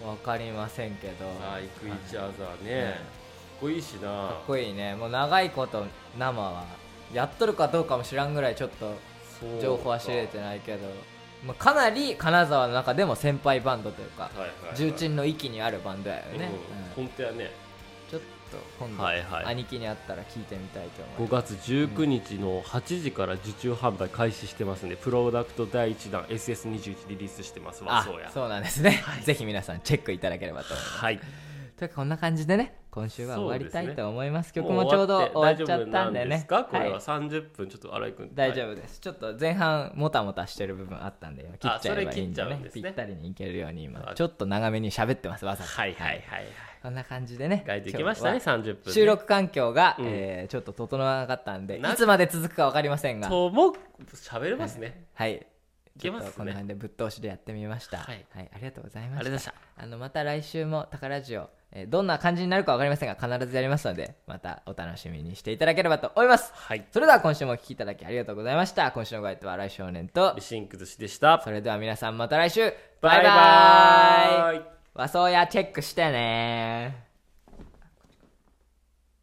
[SPEAKER 1] 分かりませんけど
[SPEAKER 2] さあ行くイチャザー
[SPEAKER 1] うん
[SPEAKER 2] ねかっこいいしな
[SPEAKER 1] かっこいいねもう長いこと生はやっとるかどうかも知らんぐらいちょっと
[SPEAKER 2] そうか
[SPEAKER 1] 情報は知れてないけどまあかなり金沢の中でも先輩バンドというか
[SPEAKER 2] はいはいはい
[SPEAKER 1] 重鎮の域にあるバンドやよ
[SPEAKER 2] うん
[SPEAKER 1] ねうん
[SPEAKER 2] 本当やね
[SPEAKER 1] ちょっと今
[SPEAKER 2] はいはい
[SPEAKER 1] 度兄貴に会ったら聞いてみたいと思
[SPEAKER 2] 5
[SPEAKER 1] いま
[SPEAKER 2] 月19日の8時から受注販売開始してますんでプロダクト第1弾 SS21 リリースしてますわ
[SPEAKER 1] す
[SPEAKER 2] そうや
[SPEAKER 1] あそうなんですねぜひ皆さんチェックいただければと思います
[SPEAKER 2] はい
[SPEAKER 1] というかこんな感じでね今週は終わりた
[SPEAKER 2] そう
[SPEAKER 1] い
[SPEAKER 2] ですね
[SPEAKER 1] と思います曲もちょうど終わっちゃったんで
[SPEAKER 2] 大丈夫なんで
[SPEAKER 1] ね
[SPEAKER 2] すかこれ
[SPEAKER 1] は
[SPEAKER 2] はい30分ちょっと荒井君
[SPEAKER 1] 大丈夫です、ちょっと前半もたもたしてる部分あったんで切っちゃえばいいんで
[SPEAKER 2] それ切っちゃう
[SPEAKER 1] ね
[SPEAKER 2] んです
[SPEAKER 1] ぴ
[SPEAKER 2] ね
[SPEAKER 1] ったりにいけるように今
[SPEAKER 2] はい
[SPEAKER 1] ちょっと長めに喋ってますわざと
[SPEAKER 2] はいはいはいはい
[SPEAKER 1] こんな感じでね
[SPEAKER 2] ガイド行きましたね
[SPEAKER 1] 今日は
[SPEAKER 2] 30分ね
[SPEAKER 1] 収録環境が、
[SPEAKER 2] うん
[SPEAKER 1] えーちょっと整わなかったんでい
[SPEAKER 2] な
[SPEAKER 1] つまで続くか分かりませんが
[SPEAKER 2] とも喋れますね
[SPEAKER 1] はい
[SPEAKER 2] いけますね
[SPEAKER 1] ちょっとこんな感じでぶっ通しでやってみましたは
[SPEAKER 2] はいい、
[SPEAKER 1] ありがとうござい
[SPEAKER 2] あ
[SPEAKER 1] ま
[SPEAKER 2] りがと
[SPEAKER 1] した
[SPEAKER 2] うございました
[SPEAKER 1] あのまた来週も「タカラジオ」えーどんな感じになるか分かりませんが必ずやりますのでまたお楽しみにしていただければと思います
[SPEAKER 2] はい
[SPEAKER 1] それでは今週もお聴きいただきありがとうございました今週のご相手は来少年と
[SPEAKER 2] リシンク寿司でした
[SPEAKER 1] それでは皆さんまた来週
[SPEAKER 2] バ
[SPEAKER 1] バイ
[SPEAKER 2] イバ
[SPEAKER 1] バーイ
[SPEAKER 2] イ
[SPEAKER 1] 和装屋チェックしてね